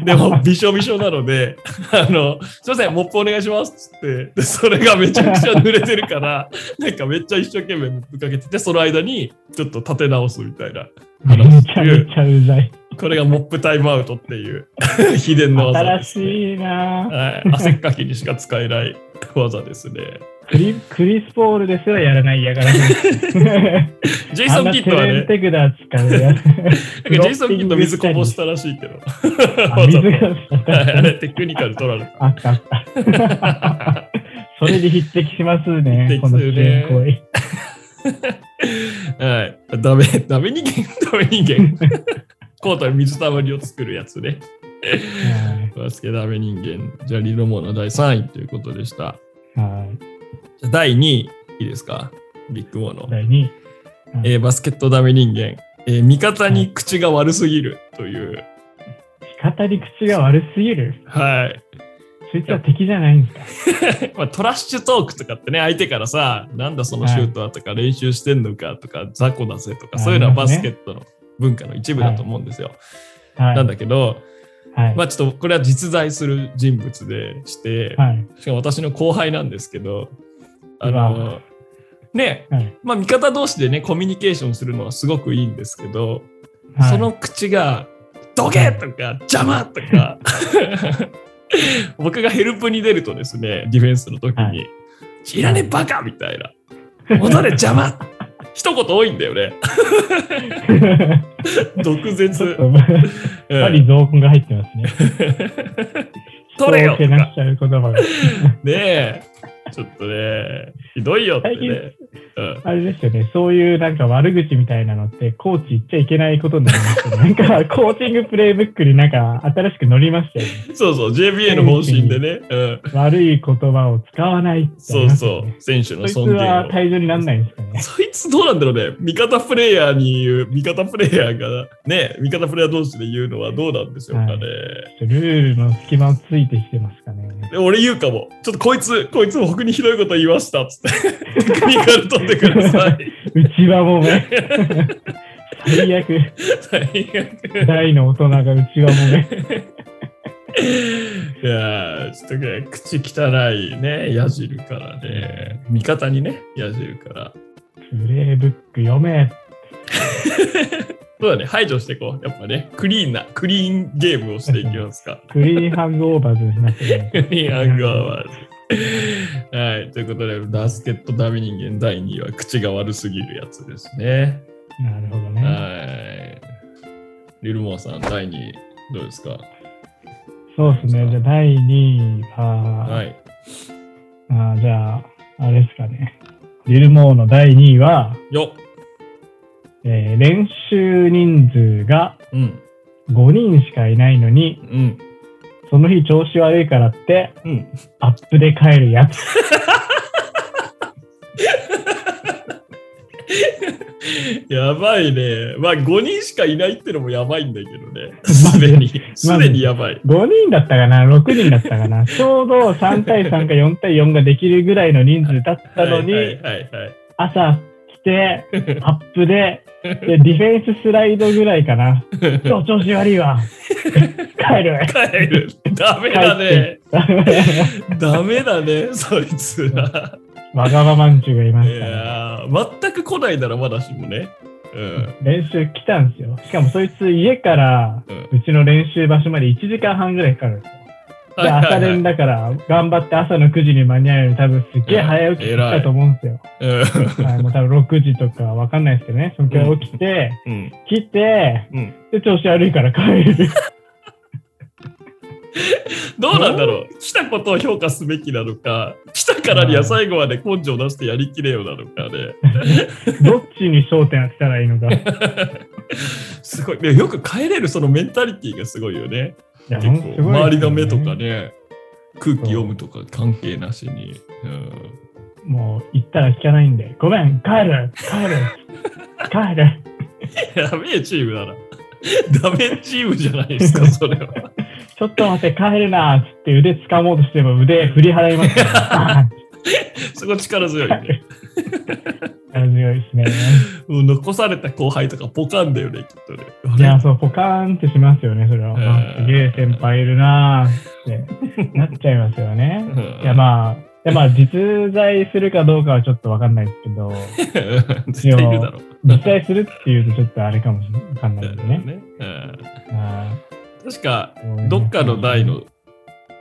[SPEAKER 1] でも、びしょびしょなので、あの、すいません、モップお願いしますっつって、で、それがめちゃくちゃ濡れてるから、なんかめっちゃ一生懸命モップかけてて、その間にちょっと立て直すみたいな。
[SPEAKER 2] めちゃめちゃうざい。
[SPEAKER 1] これがモップタイムアウトっていう 秘伝の技で
[SPEAKER 2] 新
[SPEAKER 1] す、ね。
[SPEAKER 2] しいなぁ
[SPEAKER 1] はい、汗っかきにしか使えない技ですね。
[SPEAKER 2] クリクリス・ポールですらやらな いやがらね。
[SPEAKER 1] ジェイソン・キッドは
[SPEAKER 2] あんな
[SPEAKER 1] ね
[SPEAKER 2] テ、レンテグダー使うや つ。
[SPEAKER 1] なんかジェイソン・キッド水こぼしたらしいけど。
[SPEAKER 2] あ
[SPEAKER 1] わざ
[SPEAKER 2] 水
[SPEAKER 1] と
[SPEAKER 2] が
[SPEAKER 1] はいあれテクニカル取られ
[SPEAKER 2] あったあった。
[SPEAKER 1] た。
[SPEAKER 2] それに匹敵しますね、
[SPEAKER 1] 匹
[SPEAKER 2] こ
[SPEAKER 1] 敵
[SPEAKER 2] の
[SPEAKER 1] するね
[SPEAKER 2] 行為。
[SPEAKER 1] はい、ダメ、ダメ人間、 ダメ人間。コートに水たまりを作るやつね。バスケダメ人間。じゃあ、リロモの第3位ということでした。
[SPEAKER 2] はいはい。
[SPEAKER 1] じゃあ第2位、いいですかビッグモーの。
[SPEAKER 2] 第2位。
[SPEAKER 1] えーバスケットダメ人間、えー味方に口が悪すぎるという、
[SPEAKER 2] 仕方に口が悪すぎる。
[SPEAKER 1] はい。
[SPEAKER 2] そいつは敵じゃないんですか。
[SPEAKER 1] まあ、トラッシュトークとかってね、相手からさ、なんだそのシュートはとか、練習してんのかとか、雑魚だぜとか、そういうのは
[SPEAKER 2] あり
[SPEAKER 1] バ
[SPEAKER 2] ます
[SPEAKER 1] ス
[SPEAKER 2] ね
[SPEAKER 1] ケットの文化の一部だと思うんですよ。
[SPEAKER 2] はい。
[SPEAKER 1] なんだけど、
[SPEAKER 2] はい。
[SPEAKER 1] まあちょっとこれは実在する人物でして、
[SPEAKER 2] はい。
[SPEAKER 1] しかも私の後輩なんですけど、あ
[SPEAKER 2] う
[SPEAKER 1] の、ね、
[SPEAKER 2] はい
[SPEAKER 1] まあ味方同士でね、コミュニケーションするのはすごくいいんですけど、
[SPEAKER 2] はい
[SPEAKER 1] その口が、どけとか、邪魔とか、 僕がヘルプに出るとですね、ディフェンスの時に、
[SPEAKER 2] はい
[SPEAKER 1] い、らねえバカみたいな、戻れ邪魔一言多いんだよね、毒
[SPEAKER 2] ちょっ
[SPEAKER 1] 舌。
[SPEAKER 2] と、やっ
[SPEAKER 1] う
[SPEAKER 2] ぱ
[SPEAKER 1] ん
[SPEAKER 2] り造語が入ってますね。
[SPEAKER 1] 取れよ
[SPEAKER 2] 人をけ
[SPEAKER 1] と
[SPEAKER 2] な
[SPEAKER 1] か
[SPEAKER 2] しちゃう言葉が。
[SPEAKER 1] ねえ、ちょっとね、ひどいよってね。うん
[SPEAKER 2] あれですよね、そういうなんか悪口みたいなのって、コーチ言っちゃいけないことになりますよね。 なんか、コーチングプレイブックになんか新しく載りましたよね。
[SPEAKER 1] そうそう、JBA の方針でね、うん、
[SPEAKER 2] 悪い言葉を使わないってな
[SPEAKER 1] そ
[SPEAKER 2] り
[SPEAKER 1] う
[SPEAKER 2] ます
[SPEAKER 1] そ
[SPEAKER 2] よ
[SPEAKER 1] う
[SPEAKER 2] ね、
[SPEAKER 1] 選手の
[SPEAKER 2] そい
[SPEAKER 1] 尊
[SPEAKER 2] つ
[SPEAKER 1] 厳
[SPEAKER 2] は
[SPEAKER 1] を。
[SPEAKER 2] 退場にならないんですかね。
[SPEAKER 1] そいつどうなんだろうね味方プレイヤーに言う、味方プレイヤーがね、味方プレイヤー同士で言うのはどうなんでしょうかね。
[SPEAKER 2] はいルールの隙間をついてきてますかね。
[SPEAKER 1] で俺言うかも。ちょっとこいつ、こいつ僕にひどいこと言いましたっつって。テクニカル取ってください。
[SPEAKER 2] うちは もめ。最悪。
[SPEAKER 1] 最悪
[SPEAKER 2] 大の大人がうちはもめ。
[SPEAKER 1] いやー、ちょっとね、口汚いね、矢印からね。味方にね、矢印から。
[SPEAKER 2] プレイブック読め。
[SPEAKER 1] そうだね、排除していこう。やっぱね、クリーンな、クリーンゲームをしていきますか。
[SPEAKER 2] クリーンハングオーバーズになってね。
[SPEAKER 1] クリーンアングアワーズ。はい、ということで、バスケットダメ人間第2位は口が悪すぎるやつですね。
[SPEAKER 2] なるほどね。
[SPEAKER 1] はい。リルモアさん、第2位、どうですか
[SPEAKER 2] そうですね。じゃあ第2位は、
[SPEAKER 1] はい。
[SPEAKER 2] あーじゃあ、あれですかね。リルモーの第2位は、
[SPEAKER 1] よっ
[SPEAKER 2] えー練習人数が
[SPEAKER 1] うん。
[SPEAKER 2] 5人しかいないのに、
[SPEAKER 1] うん。
[SPEAKER 2] その日調子悪いからって、
[SPEAKER 1] うん。
[SPEAKER 2] アップで帰るやつ。
[SPEAKER 1] やばいね。まあ5人しかいないってのもやばいんだけどね。すでに、すでにやばい。
[SPEAKER 2] 5人だったかな ?6 人だった かなちょうど3対3か4対4ができるぐらいの人数だったの
[SPEAKER 1] はいはい
[SPEAKER 2] に、
[SPEAKER 1] はいはい。
[SPEAKER 2] 朝来て、アップで、 で、ディフェンススライドぐらいかな。今日調子悪 いわ。帰る。
[SPEAKER 1] 帰る。ダメだね。ダメだね、そいつら。
[SPEAKER 2] わがままんちゅうがい
[SPEAKER 1] い
[SPEAKER 2] ましたね。
[SPEAKER 1] やー全く来ないならまだしもね。うん。
[SPEAKER 2] 練習来たんですよ。しかもそいつ家から
[SPEAKER 1] うん
[SPEAKER 2] うちの練習場所まで1時間半ぐらいかかるんですよ。
[SPEAKER 1] はい
[SPEAKER 2] で
[SPEAKER 1] は
[SPEAKER 2] 朝
[SPEAKER 1] いはい
[SPEAKER 2] 練だから頑張って朝の9時に間に合うように多分すっげえ早起きしてたと思うんですよ。
[SPEAKER 1] うん
[SPEAKER 2] はいもう多分6時とかわかんないですけどね。そのくらい起きて、
[SPEAKER 1] うん。
[SPEAKER 2] 来て、
[SPEAKER 1] うん
[SPEAKER 2] で調子悪いから帰 る。
[SPEAKER 1] どうなんだろう来たことを評価すべきなのか、来たからには最後まで根性を出してやりきれよなのかね。
[SPEAKER 2] どっちに焦点当てたらいいのか。い
[SPEAKER 1] すごい。でよく帰れるそのメンタリティーがすごいよね。
[SPEAKER 2] や
[SPEAKER 1] 結
[SPEAKER 2] ほんと
[SPEAKER 1] 構、
[SPEAKER 2] すごいですよね
[SPEAKER 1] 周りの目とかね、空気読むとか関係なしに。うん
[SPEAKER 2] もう行ったら聞かないんで、ごめん、帰る、帰る、 帰る。
[SPEAKER 1] やべえチームだな。 ダメチームじゃないです か、それは。
[SPEAKER 2] ちょっと待って、帰るなーっつって腕掴もうとしても腕振り払 いますから。あ
[SPEAKER 1] すごい力強いね。
[SPEAKER 2] ー力強いですね。
[SPEAKER 1] もう残された後輩とかポカンだよね、きっとね。
[SPEAKER 2] いや、そう、ポカーンってしますよね、それは。
[SPEAKER 1] うん
[SPEAKER 2] あすげえ先輩いるなー ってなっちゃいますよね。
[SPEAKER 1] うん
[SPEAKER 2] いや、まあ、いやまあ、実在するかどうかはちょっとわかんないですけ ど、
[SPEAKER 1] 絶対いるだろう。
[SPEAKER 2] 実在するっていうとちょっとあれかもしれわかんないですね。
[SPEAKER 1] ねうん
[SPEAKER 2] あ
[SPEAKER 1] 確か、
[SPEAKER 2] ー
[SPEAKER 1] どっかの台の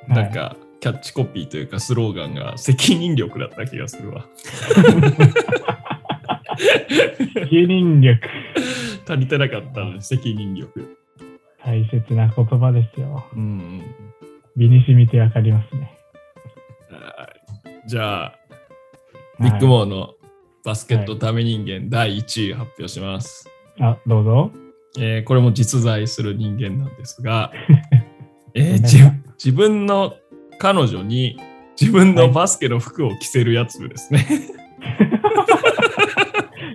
[SPEAKER 1] なん、
[SPEAKER 2] はい
[SPEAKER 1] かキャッチコピーというかスローガンが責任力だった気がするわ。
[SPEAKER 2] 責任力、
[SPEAKER 1] 足りてなかったので責任力。
[SPEAKER 2] 大切な言葉ですよ。
[SPEAKER 1] うんうん
[SPEAKER 2] 身に染みてわかりますね。
[SPEAKER 1] はいじゃあ、
[SPEAKER 2] は
[SPEAKER 1] ビ
[SPEAKER 2] い
[SPEAKER 1] ッグモーのバスケットダメ人間第1位発表します。
[SPEAKER 2] あ、どうぞ。
[SPEAKER 1] えーこれも実在する人間なんです が、えー
[SPEAKER 2] なんだ
[SPEAKER 1] じ自分の彼女に自分のバスケの服を着せるやつですね。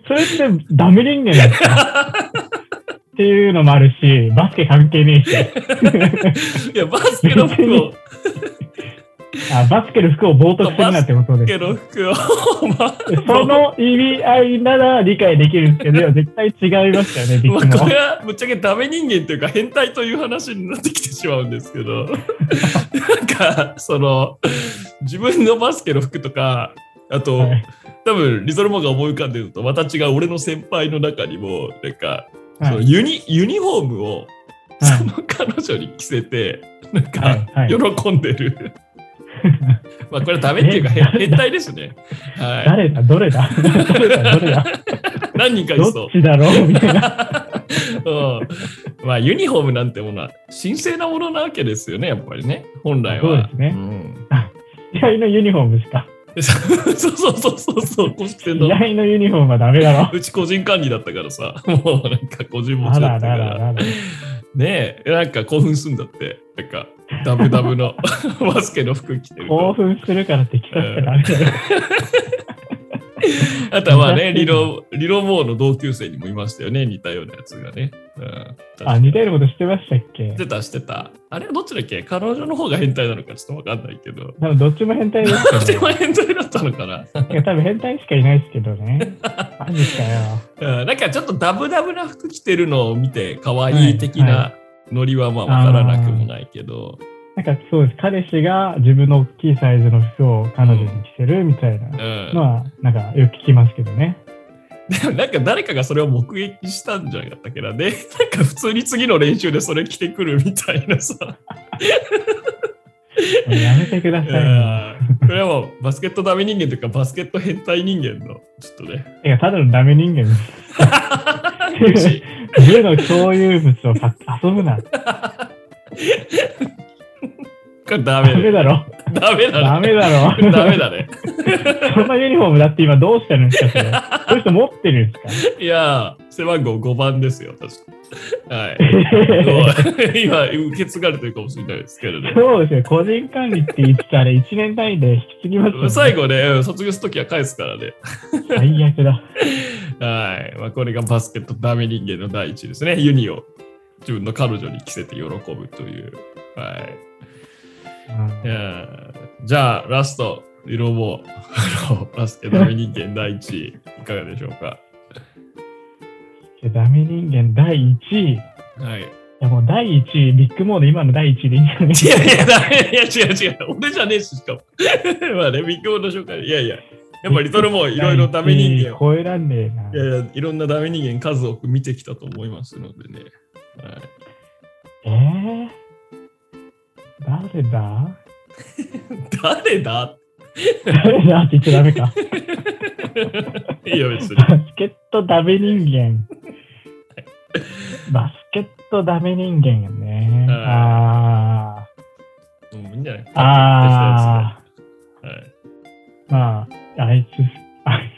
[SPEAKER 2] それってダメ人間ですか っていうのもあるし、バスケ関係ねえし、
[SPEAKER 1] い、や、バスケの服を、バ
[SPEAKER 2] あバスケの服を冒涜するなってこと
[SPEAKER 1] ス
[SPEAKER 2] で
[SPEAKER 1] ケ
[SPEAKER 2] す。
[SPEAKER 1] の服を、ま
[SPEAKER 2] その意味合いなら理解できるんですけど、絶対違いましたよね、ビッ
[SPEAKER 1] まあ、
[SPEAKER 2] グ
[SPEAKER 1] こ
[SPEAKER 2] も
[SPEAKER 1] れ。はぶっちゃけダメ人間というか変態という話になってきてしまうんですけどなんかその自分のバスケの服とかあと、
[SPEAKER 2] はい
[SPEAKER 1] 多分リゾルモが思い浮かんでるのとまた違う俺の先輩の中にもなんか、
[SPEAKER 2] は
[SPEAKER 1] その
[SPEAKER 2] い
[SPEAKER 1] ユニユニフォームを
[SPEAKER 2] はい
[SPEAKER 1] その彼女に着せて、なんか、
[SPEAKER 2] はいはい
[SPEAKER 1] 喜んで るまあこれはダメっていうか
[SPEAKER 2] え
[SPEAKER 1] 変変態ですね、は
[SPEAKER 2] 誰だどれだど れだどれだ
[SPEAKER 1] い、何人かい
[SPEAKER 2] ど
[SPEAKER 1] そう
[SPEAKER 2] っちだろうみたいな。
[SPEAKER 1] うんまあユニフォームなんてものは神聖なものなわけですよねやっぱりね本来は
[SPEAKER 2] そうですね
[SPEAKER 1] ん
[SPEAKER 2] 試合のユニフォームしか。
[SPEAKER 1] そうそうそうそうそう公式戦
[SPEAKER 2] 試
[SPEAKER 1] の
[SPEAKER 2] 合のユニフォームはダメだろ。
[SPEAKER 1] うち個人管理だったからさもうなんか個人持
[SPEAKER 2] あ
[SPEAKER 1] ちだ
[SPEAKER 2] ら
[SPEAKER 1] った
[SPEAKER 2] ら
[SPEAKER 1] から
[SPEAKER 2] らら。
[SPEAKER 1] ねえなんか興奮すんだってなんかダブダブの バスケの服着てると
[SPEAKER 2] 興奮するからって聞かせちゃダメだよ。
[SPEAKER 1] あとはまあねリロリロモーの同級生にもいましたよね似たようなやつがね、うん、
[SPEAKER 2] あ、似たようなことしてましたっけ
[SPEAKER 1] してたしてたあれはどっちだっけ彼女の方が変態なのかちょっとわかんないけど
[SPEAKER 2] 多分どっちも変態ですよ
[SPEAKER 1] どっち
[SPEAKER 2] ね
[SPEAKER 1] も変態だったのかな
[SPEAKER 2] いや多分変態しかいないですけど ね。マジかよ。
[SPEAKER 1] うんなんかちょっとダブダブな服着てるのを見て可愛い的なノリはまあわからなくもないけど、
[SPEAKER 2] なんかそうです。彼氏が自分の大きいサイズの服を彼女に着せるみたいな
[SPEAKER 1] うん
[SPEAKER 2] のは、なんかよく聞きますけどね。
[SPEAKER 1] でもなんか誰かがそれを目撃したんじゃなかったっけなでなんか普通に次の練習でそれ着てくるみたいなさ、
[SPEAKER 2] もうやめてくださ
[SPEAKER 1] う
[SPEAKER 2] いよ。
[SPEAKER 1] んこれはもうバスケットダメ人間というかバスケット変態人間のちょっとね
[SPEAKER 2] てか、ただのダメ人間です。
[SPEAKER 1] うち
[SPEAKER 2] 家の共有物を買って遊ぶな。
[SPEAKER 1] これダ
[SPEAKER 2] ダ
[SPEAKER 1] メだ
[SPEAKER 2] メ
[SPEAKER 1] よ
[SPEAKER 2] だろ。
[SPEAKER 1] ダメだ
[SPEAKER 2] ダ
[SPEAKER 1] ね
[SPEAKER 2] メだろ。
[SPEAKER 1] ダメだね
[SPEAKER 2] そんなユニフォームだって今どうしてるんですかそれこの人持ってるんです か
[SPEAKER 1] いやー、背番号5番ですよ、確か。はい。 今、受け継がれてるかもしれないですけれど、
[SPEAKER 2] そうですよ。個人管理って言ってたら1年単位で引き継ぎますよ、ね。
[SPEAKER 1] 最後ね、うん卒業するときは返すからね。
[SPEAKER 2] 最悪だ。
[SPEAKER 1] はい。まあ、これがバスケットダメ人間の第一ですね。ユニを自分の彼女に着せて喜ぶという。はい。いやーじゃあ、ラスト、色も、 あのバスケダメ人間第一位、いかがでしょうか。
[SPEAKER 2] うんダメ人間第1位。い
[SPEAKER 1] はい。
[SPEAKER 2] やもう第1位、ビッグモード今の第1位でいいんじゃない
[SPEAKER 1] いやいや、ダメいや違う違う、俺じゃねえし、しかも。 まあね、ビッグモーの紹介、いやいや、やっぱリトルもいろいろダメ人間を、
[SPEAKER 2] 超えらんねえな。
[SPEAKER 1] いやいや、いろんなダメ人間数多く見てきたと思いますのでね。はい
[SPEAKER 2] えー、誰だ
[SPEAKER 1] 誰だ
[SPEAKER 2] 誰だって言っちゃダメか。
[SPEAKER 1] いいよ、別に。
[SPEAKER 2] バスケットダメ人間。バスケットダメ人間よね。
[SPEAKER 1] うん
[SPEAKER 2] あ
[SPEAKER 1] もういいんじゃない
[SPEAKER 2] あ。ああ。まあ、あいつ、あい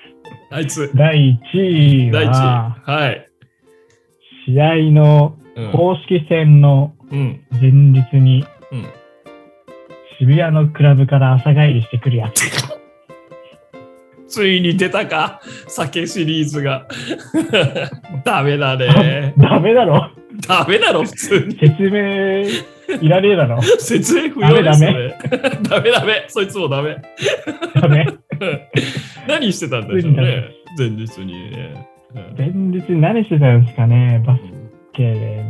[SPEAKER 1] あいつ
[SPEAKER 2] つ、、第1位
[SPEAKER 1] 第一位。
[SPEAKER 2] は、
[SPEAKER 1] はい。
[SPEAKER 2] 試合の
[SPEAKER 1] うん
[SPEAKER 2] 公式戦の
[SPEAKER 1] うん。
[SPEAKER 2] 前日に
[SPEAKER 1] うん。
[SPEAKER 2] 渋谷のクラブから朝帰りしてくるやつ。
[SPEAKER 1] ついに出たか、酒シリーズが。 ダメだね。
[SPEAKER 2] ダメだろ
[SPEAKER 1] ダメだろ、普通に。
[SPEAKER 2] 説明いらねえだろ
[SPEAKER 1] 説明不要ですね。 ダメダメ、そいつもダメ。
[SPEAKER 2] ダメ。
[SPEAKER 1] 何してたんでしょうね、前日にね。うん
[SPEAKER 2] 前日何してたんですかねバスケで。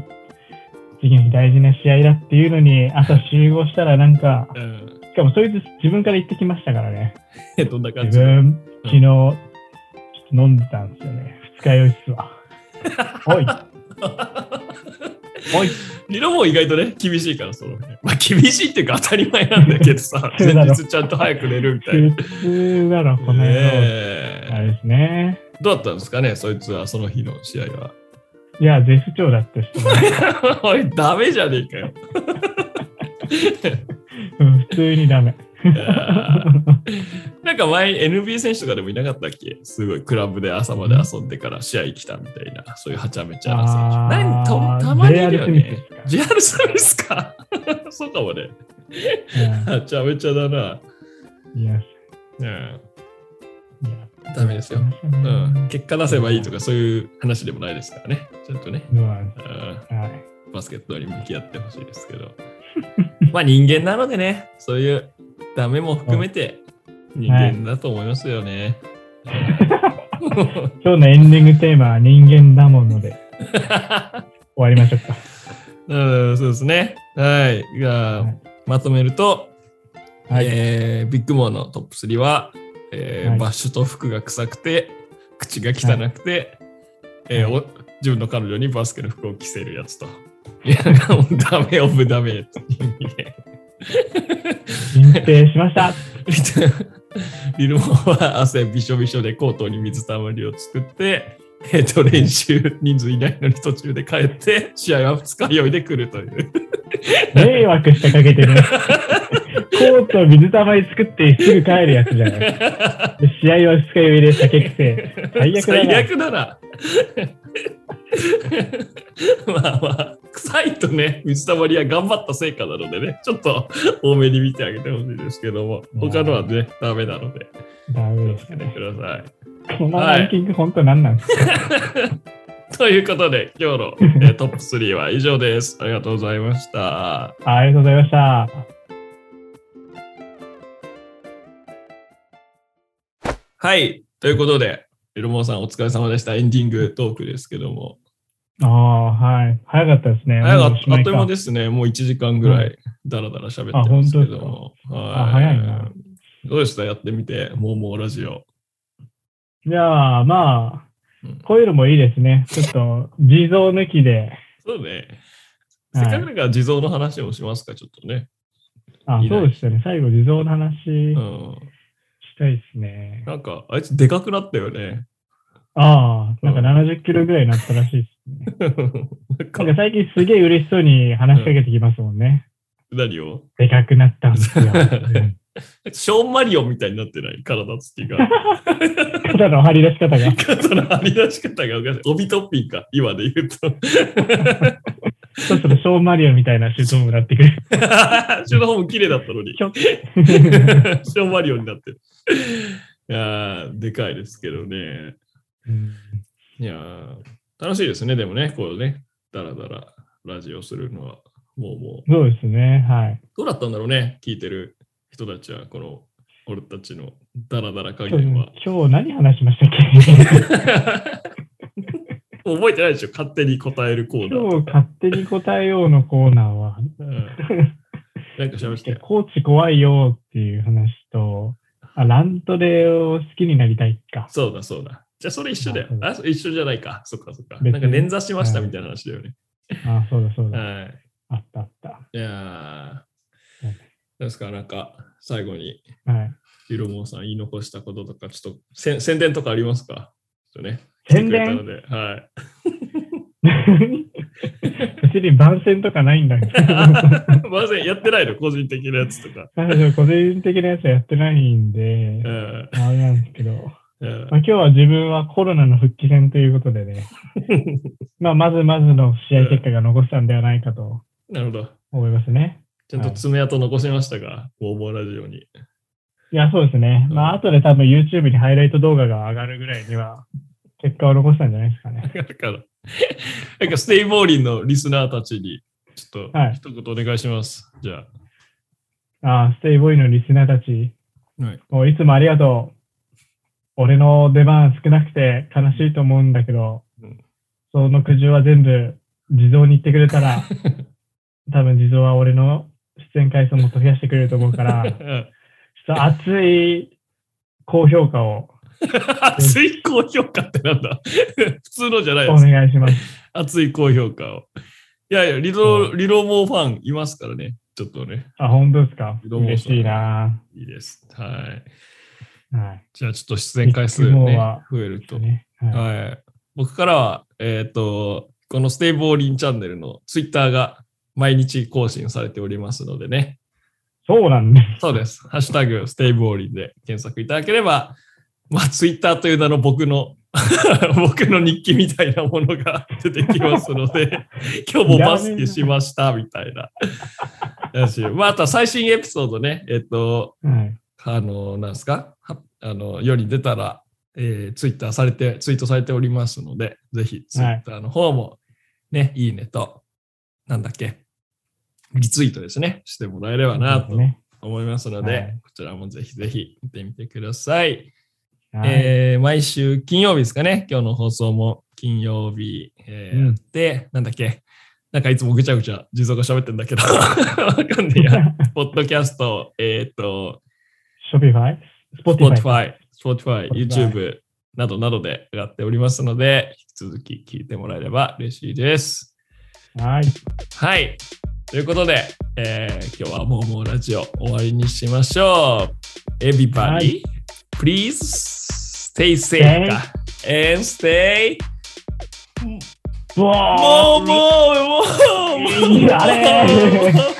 [SPEAKER 2] 次の日大事な試合だっていうのに朝集合したらなんか、
[SPEAKER 1] うん
[SPEAKER 2] しかもそいつ自分から言ってきましたからね。
[SPEAKER 1] えどんな感
[SPEAKER 2] 自
[SPEAKER 1] じ
[SPEAKER 2] 分、昨日、ちょっと飲んでたんですよね。二日酔いっ すわ。おい。おい。
[SPEAKER 1] リロも意外とね、厳しいから、その、ね、まあ、厳しいっていうか当たり前なんだけど さ、前日ちゃんと早く寝るみたいな。
[SPEAKER 2] 普通だろ、この野郎。
[SPEAKER 1] ね
[SPEAKER 2] あ
[SPEAKER 1] え
[SPEAKER 2] れですね。
[SPEAKER 1] どうだったんですかね、そいつは、その日の試合は。
[SPEAKER 2] いや、絶不調だった人も
[SPEAKER 1] おい、ダメじゃねえかよ。
[SPEAKER 2] うん普通に ダメ。
[SPEAKER 1] いや ーなんか前、NBA 選手とかでもいなかったっけすごい、クラブで朝まで遊んでから試合来たみたいな、そういうはちゃめちゃな選手。なん
[SPEAKER 2] あー
[SPEAKER 1] とたまにいるよ
[SPEAKER 2] JR スミ
[SPEAKER 1] ね
[SPEAKER 2] スです。
[SPEAKER 1] JR スミ
[SPEAKER 2] か
[SPEAKER 1] スか。 そうかもね。はちゃめちゃだな。
[SPEAKER 2] うんいや、い
[SPEAKER 1] うん、
[SPEAKER 2] や
[SPEAKER 1] ダメですよ。
[SPEAKER 2] う
[SPEAKER 1] うん、結果出せばいいとか、そういう話でもないですからね。ちゃんとね。
[SPEAKER 2] そうなんで
[SPEAKER 1] うん
[SPEAKER 2] すはい。
[SPEAKER 1] バスケットに向き合ってほしいですけ ど。まあ人間なのでね、そういうダメも含めて人間だと思いますよね。
[SPEAKER 2] 今日のエンディングテーマは人間だもので終わりましょうか。
[SPEAKER 1] うん、 そうですね。はい。じゃあ
[SPEAKER 2] はい
[SPEAKER 1] まとめると、
[SPEAKER 2] はい
[SPEAKER 1] えービッグモーのトップ3は、えー
[SPEAKER 2] はい
[SPEAKER 1] バッシュと服が臭くて、口が汚くて、えーお自分の彼女にバスケの服を着せるやつと。 いや、もうダメオブダメ。
[SPEAKER 2] 認定しました。
[SPEAKER 1] リトリルモは汗びしょびしょでコートに水たまりを作って、えっと練習人数いないのに途中で帰って、試合は二日酔いで来るという。
[SPEAKER 2] 迷惑してかけてる。 コートを水たまり作ってすぐ帰るやつじゃない。で試合は二日酔いで酒くせえ。最悪だな
[SPEAKER 1] 最悪だ な。まあまあ、臭いとね、水たまりは頑張った成果なのでね、ちょっと多めに見てあげてほしいですけども、他のはね、ダメなので、
[SPEAKER 2] ダメ
[SPEAKER 1] 気を
[SPEAKER 2] で
[SPEAKER 1] つ
[SPEAKER 2] す
[SPEAKER 1] けて
[SPEAKER 2] ね。
[SPEAKER 1] ください。
[SPEAKER 2] このランキング本当何なんですか、
[SPEAKER 1] ということで、今日の、えートップ3は以上です。ありがとうございました。
[SPEAKER 2] ありがとうございました。
[SPEAKER 1] はい。ということで、エルモーさんお疲れ様でした。エンディングトークですけども。
[SPEAKER 2] ああ、はい。早かったですね。
[SPEAKER 1] 早か
[SPEAKER 2] もうお
[SPEAKER 1] っ。
[SPEAKER 2] したま
[SPEAKER 1] あっ
[SPEAKER 2] い
[SPEAKER 1] と
[SPEAKER 2] か
[SPEAKER 1] いう間ですね。もう1時間ぐらいダラダラ喋ってますけども。
[SPEAKER 2] あ
[SPEAKER 1] は
[SPEAKER 2] 早いな。
[SPEAKER 1] どうでしたやってみて、もうもうラジオ。
[SPEAKER 2] じゃあ、まあ
[SPEAKER 1] うん、
[SPEAKER 2] こういうのもいいですね。ちょっと、地蔵抜きで。
[SPEAKER 1] そうね。
[SPEAKER 2] は
[SPEAKER 1] せ
[SPEAKER 2] い
[SPEAKER 1] っかくだから地蔵の話をしますか、ちょっとね。
[SPEAKER 2] あ
[SPEAKER 1] いい、ね
[SPEAKER 2] そうでしたね。最後、地蔵の話し
[SPEAKER 1] うん。
[SPEAKER 2] たいですね。
[SPEAKER 1] なんか、あいつでかくなったよ ね。
[SPEAKER 2] ああ、なんか
[SPEAKER 1] うん
[SPEAKER 2] 70キロぐらいになったらしいですね。
[SPEAKER 1] なん か
[SPEAKER 2] なんか、最近すげえ嬉しそうに話しかけてきますもんね。
[SPEAKER 1] 何を
[SPEAKER 2] でかくなったんですよ。うん
[SPEAKER 1] ショーン・マリオンみたいになってない体つきが。
[SPEAKER 2] 肩の張り出し方が。
[SPEAKER 1] 肩の張り出し方がおかしい。帯トッピンか、今で言うと。
[SPEAKER 2] そろそろショーンマリオみたいなシュートもらってくる。
[SPEAKER 1] シュートホーム綺麗だった のに。
[SPEAKER 2] ひょっ
[SPEAKER 1] ショーン・マリオンになってる。いやーでかいですけどね。
[SPEAKER 2] うん
[SPEAKER 1] いやー楽しいですね、でもね、こうね、だらだらラジオするのは、もうもう。
[SPEAKER 2] そうですね。はい。
[SPEAKER 1] どうだったんだろうね、聞いてる人たちは、この、俺たちのダラダラ加減 は。
[SPEAKER 2] 今日何話しましたっけ
[SPEAKER 1] もう覚えてないでしょ、勝手に答えるコーナー。
[SPEAKER 2] 今日勝手に答えようのコーナーは、
[SPEAKER 1] うんなんかしゃべって。
[SPEAKER 2] コーチ怖いよっていう話と、あラントレを好きになりたいか。
[SPEAKER 1] そうだそうだ。じゃあそれ一緒だよ
[SPEAKER 2] う。ん
[SPEAKER 1] あ、そう一緒じゃないか。そっかそっか。
[SPEAKER 2] 別に
[SPEAKER 1] なんか捻挫しましたみたいな話だよね。
[SPEAKER 2] あ、そうだそうだ。
[SPEAKER 1] は
[SPEAKER 2] あったあった。
[SPEAKER 1] い。いやー
[SPEAKER 2] うん
[SPEAKER 1] どうですか、なんか最後に、
[SPEAKER 2] はい。
[SPEAKER 1] ヒロモンさん言い残したこととか、ちょっとせん宣伝とかありますかちょっとね。
[SPEAKER 2] 宣
[SPEAKER 1] 来てくれた
[SPEAKER 2] 伝
[SPEAKER 1] のではい。
[SPEAKER 2] 別に番宣とかないんだけど。
[SPEAKER 1] まずやってないの、個人的なやつとか。
[SPEAKER 2] 彼女個人的なやつはやってないんで
[SPEAKER 1] う、ん
[SPEAKER 2] あれなんですけど、
[SPEAKER 1] うん
[SPEAKER 2] まあ、今日は自分はコロナの復帰戦ということで ね、まあ、まずまずの試合結果が残したんではないかと
[SPEAKER 1] なるほど。
[SPEAKER 2] 思いますね。
[SPEAKER 1] ちゃんと爪痕残しましたが、ボーボーラジオに。
[SPEAKER 2] いや、そうですね。まあ、後で多分 YouTube にハイライト動画が上がるぐらいには、結果を残したんじゃないですかね。
[SPEAKER 1] だから、なんかステイボーリンのリスナーたちに、ちょっと
[SPEAKER 2] はい
[SPEAKER 1] 一言お願いします。じゃ
[SPEAKER 2] ああ、ステイボーイのリスナーたち、
[SPEAKER 1] あ。はい。
[SPEAKER 2] もういつもありがとう。俺の出番少なくて悲しいと思うんだけど、
[SPEAKER 1] うん
[SPEAKER 2] その苦情は全部地蔵に言ってくれたら、多分地蔵は俺の出演回数もっと増やしてくれると思うから、ちょっと熱い高評価を
[SPEAKER 1] 熱い高評価ってなんだ 普通のじゃない
[SPEAKER 2] お
[SPEAKER 1] です。
[SPEAKER 2] 願いします。
[SPEAKER 1] 熱い高評価を。いやいや、リロリロモーファンいますからね。ちょっとね、
[SPEAKER 2] あ、本当ですか
[SPEAKER 1] どうも
[SPEAKER 2] 嬉しいない
[SPEAKER 1] いです。はい。
[SPEAKER 2] ぁ。はい。
[SPEAKER 1] じゃあちょっと出演回数、
[SPEAKER 2] ビッグモー
[SPEAKER 1] ね
[SPEAKER 2] は、
[SPEAKER 1] 増えると。
[SPEAKER 2] ねはい
[SPEAKER 1] はい。僕からは、えっ、と、このステイボーリンチャンネルのツイッターが毎日更新されておりますのでね。
[SPEAKER 2] そうなんです。
[SPEAKER 1] そうです。ハッシュタグステイボーリンで検索いただければ、まあ、ツイッターという名の僕の 僕の日記みたいなものが 出てきますので、今日もバスケしましたみたいな。だしまあ、あとは最新エピソードね、えっ、と、
[SPEAKER 2] はい。
[SPEAKER 1] あの、なんですか、はあの、世に出たら、えーツイッターされて、ツイートされておりますので、ぜひツイッターの方も、ね、い、いねと、なんだっけ、リツイートですね、してもらえればなと
[SPEAKER 2] ね。
[SPEAKER 1] 思いますので、
[SPEAKER 2] はい
[SPEAKER 1] こちらもぜひぜひ見てみてください。
[SPEAKER 2] はい
[SPEAKER 1] えー毎週金曜日ですかね、今日の放送も金曜日、えー
[SPEAKER 2] うん
[SPEAKER 1] やって、なんだっけ、なんかいつもぐちゃぐちゃ、地蔵が喋ってんだけど、 わかんねえ や。ポッドキャスト、えーっと、
[SPEAKER 2] ショピファイスポティファイ
[SPEAKER 1] Spotify、Spotify、
[SPEAKER 2] Spotify
[SPEAKER 1] YouTube などなどで上がっておりますので、引き続き聞いてもらえれば嬉しいです。
[SPEAKER 2] はい。
[SPEAKER 1] はい。ということで、えー今日はもうもうラジオ終わりにしましょう。Everybody,、
[SPEAKER 2] はい
[SPEAKER 1] please stay safe か and stay
[SPEAKER 2] う
[SPEAKER 1] も
[SPEAKER 2] わー
[SPEAKER 1] うもうもうもう
[SPEAKER 2] いいあれ
[SPEAKER 1] もう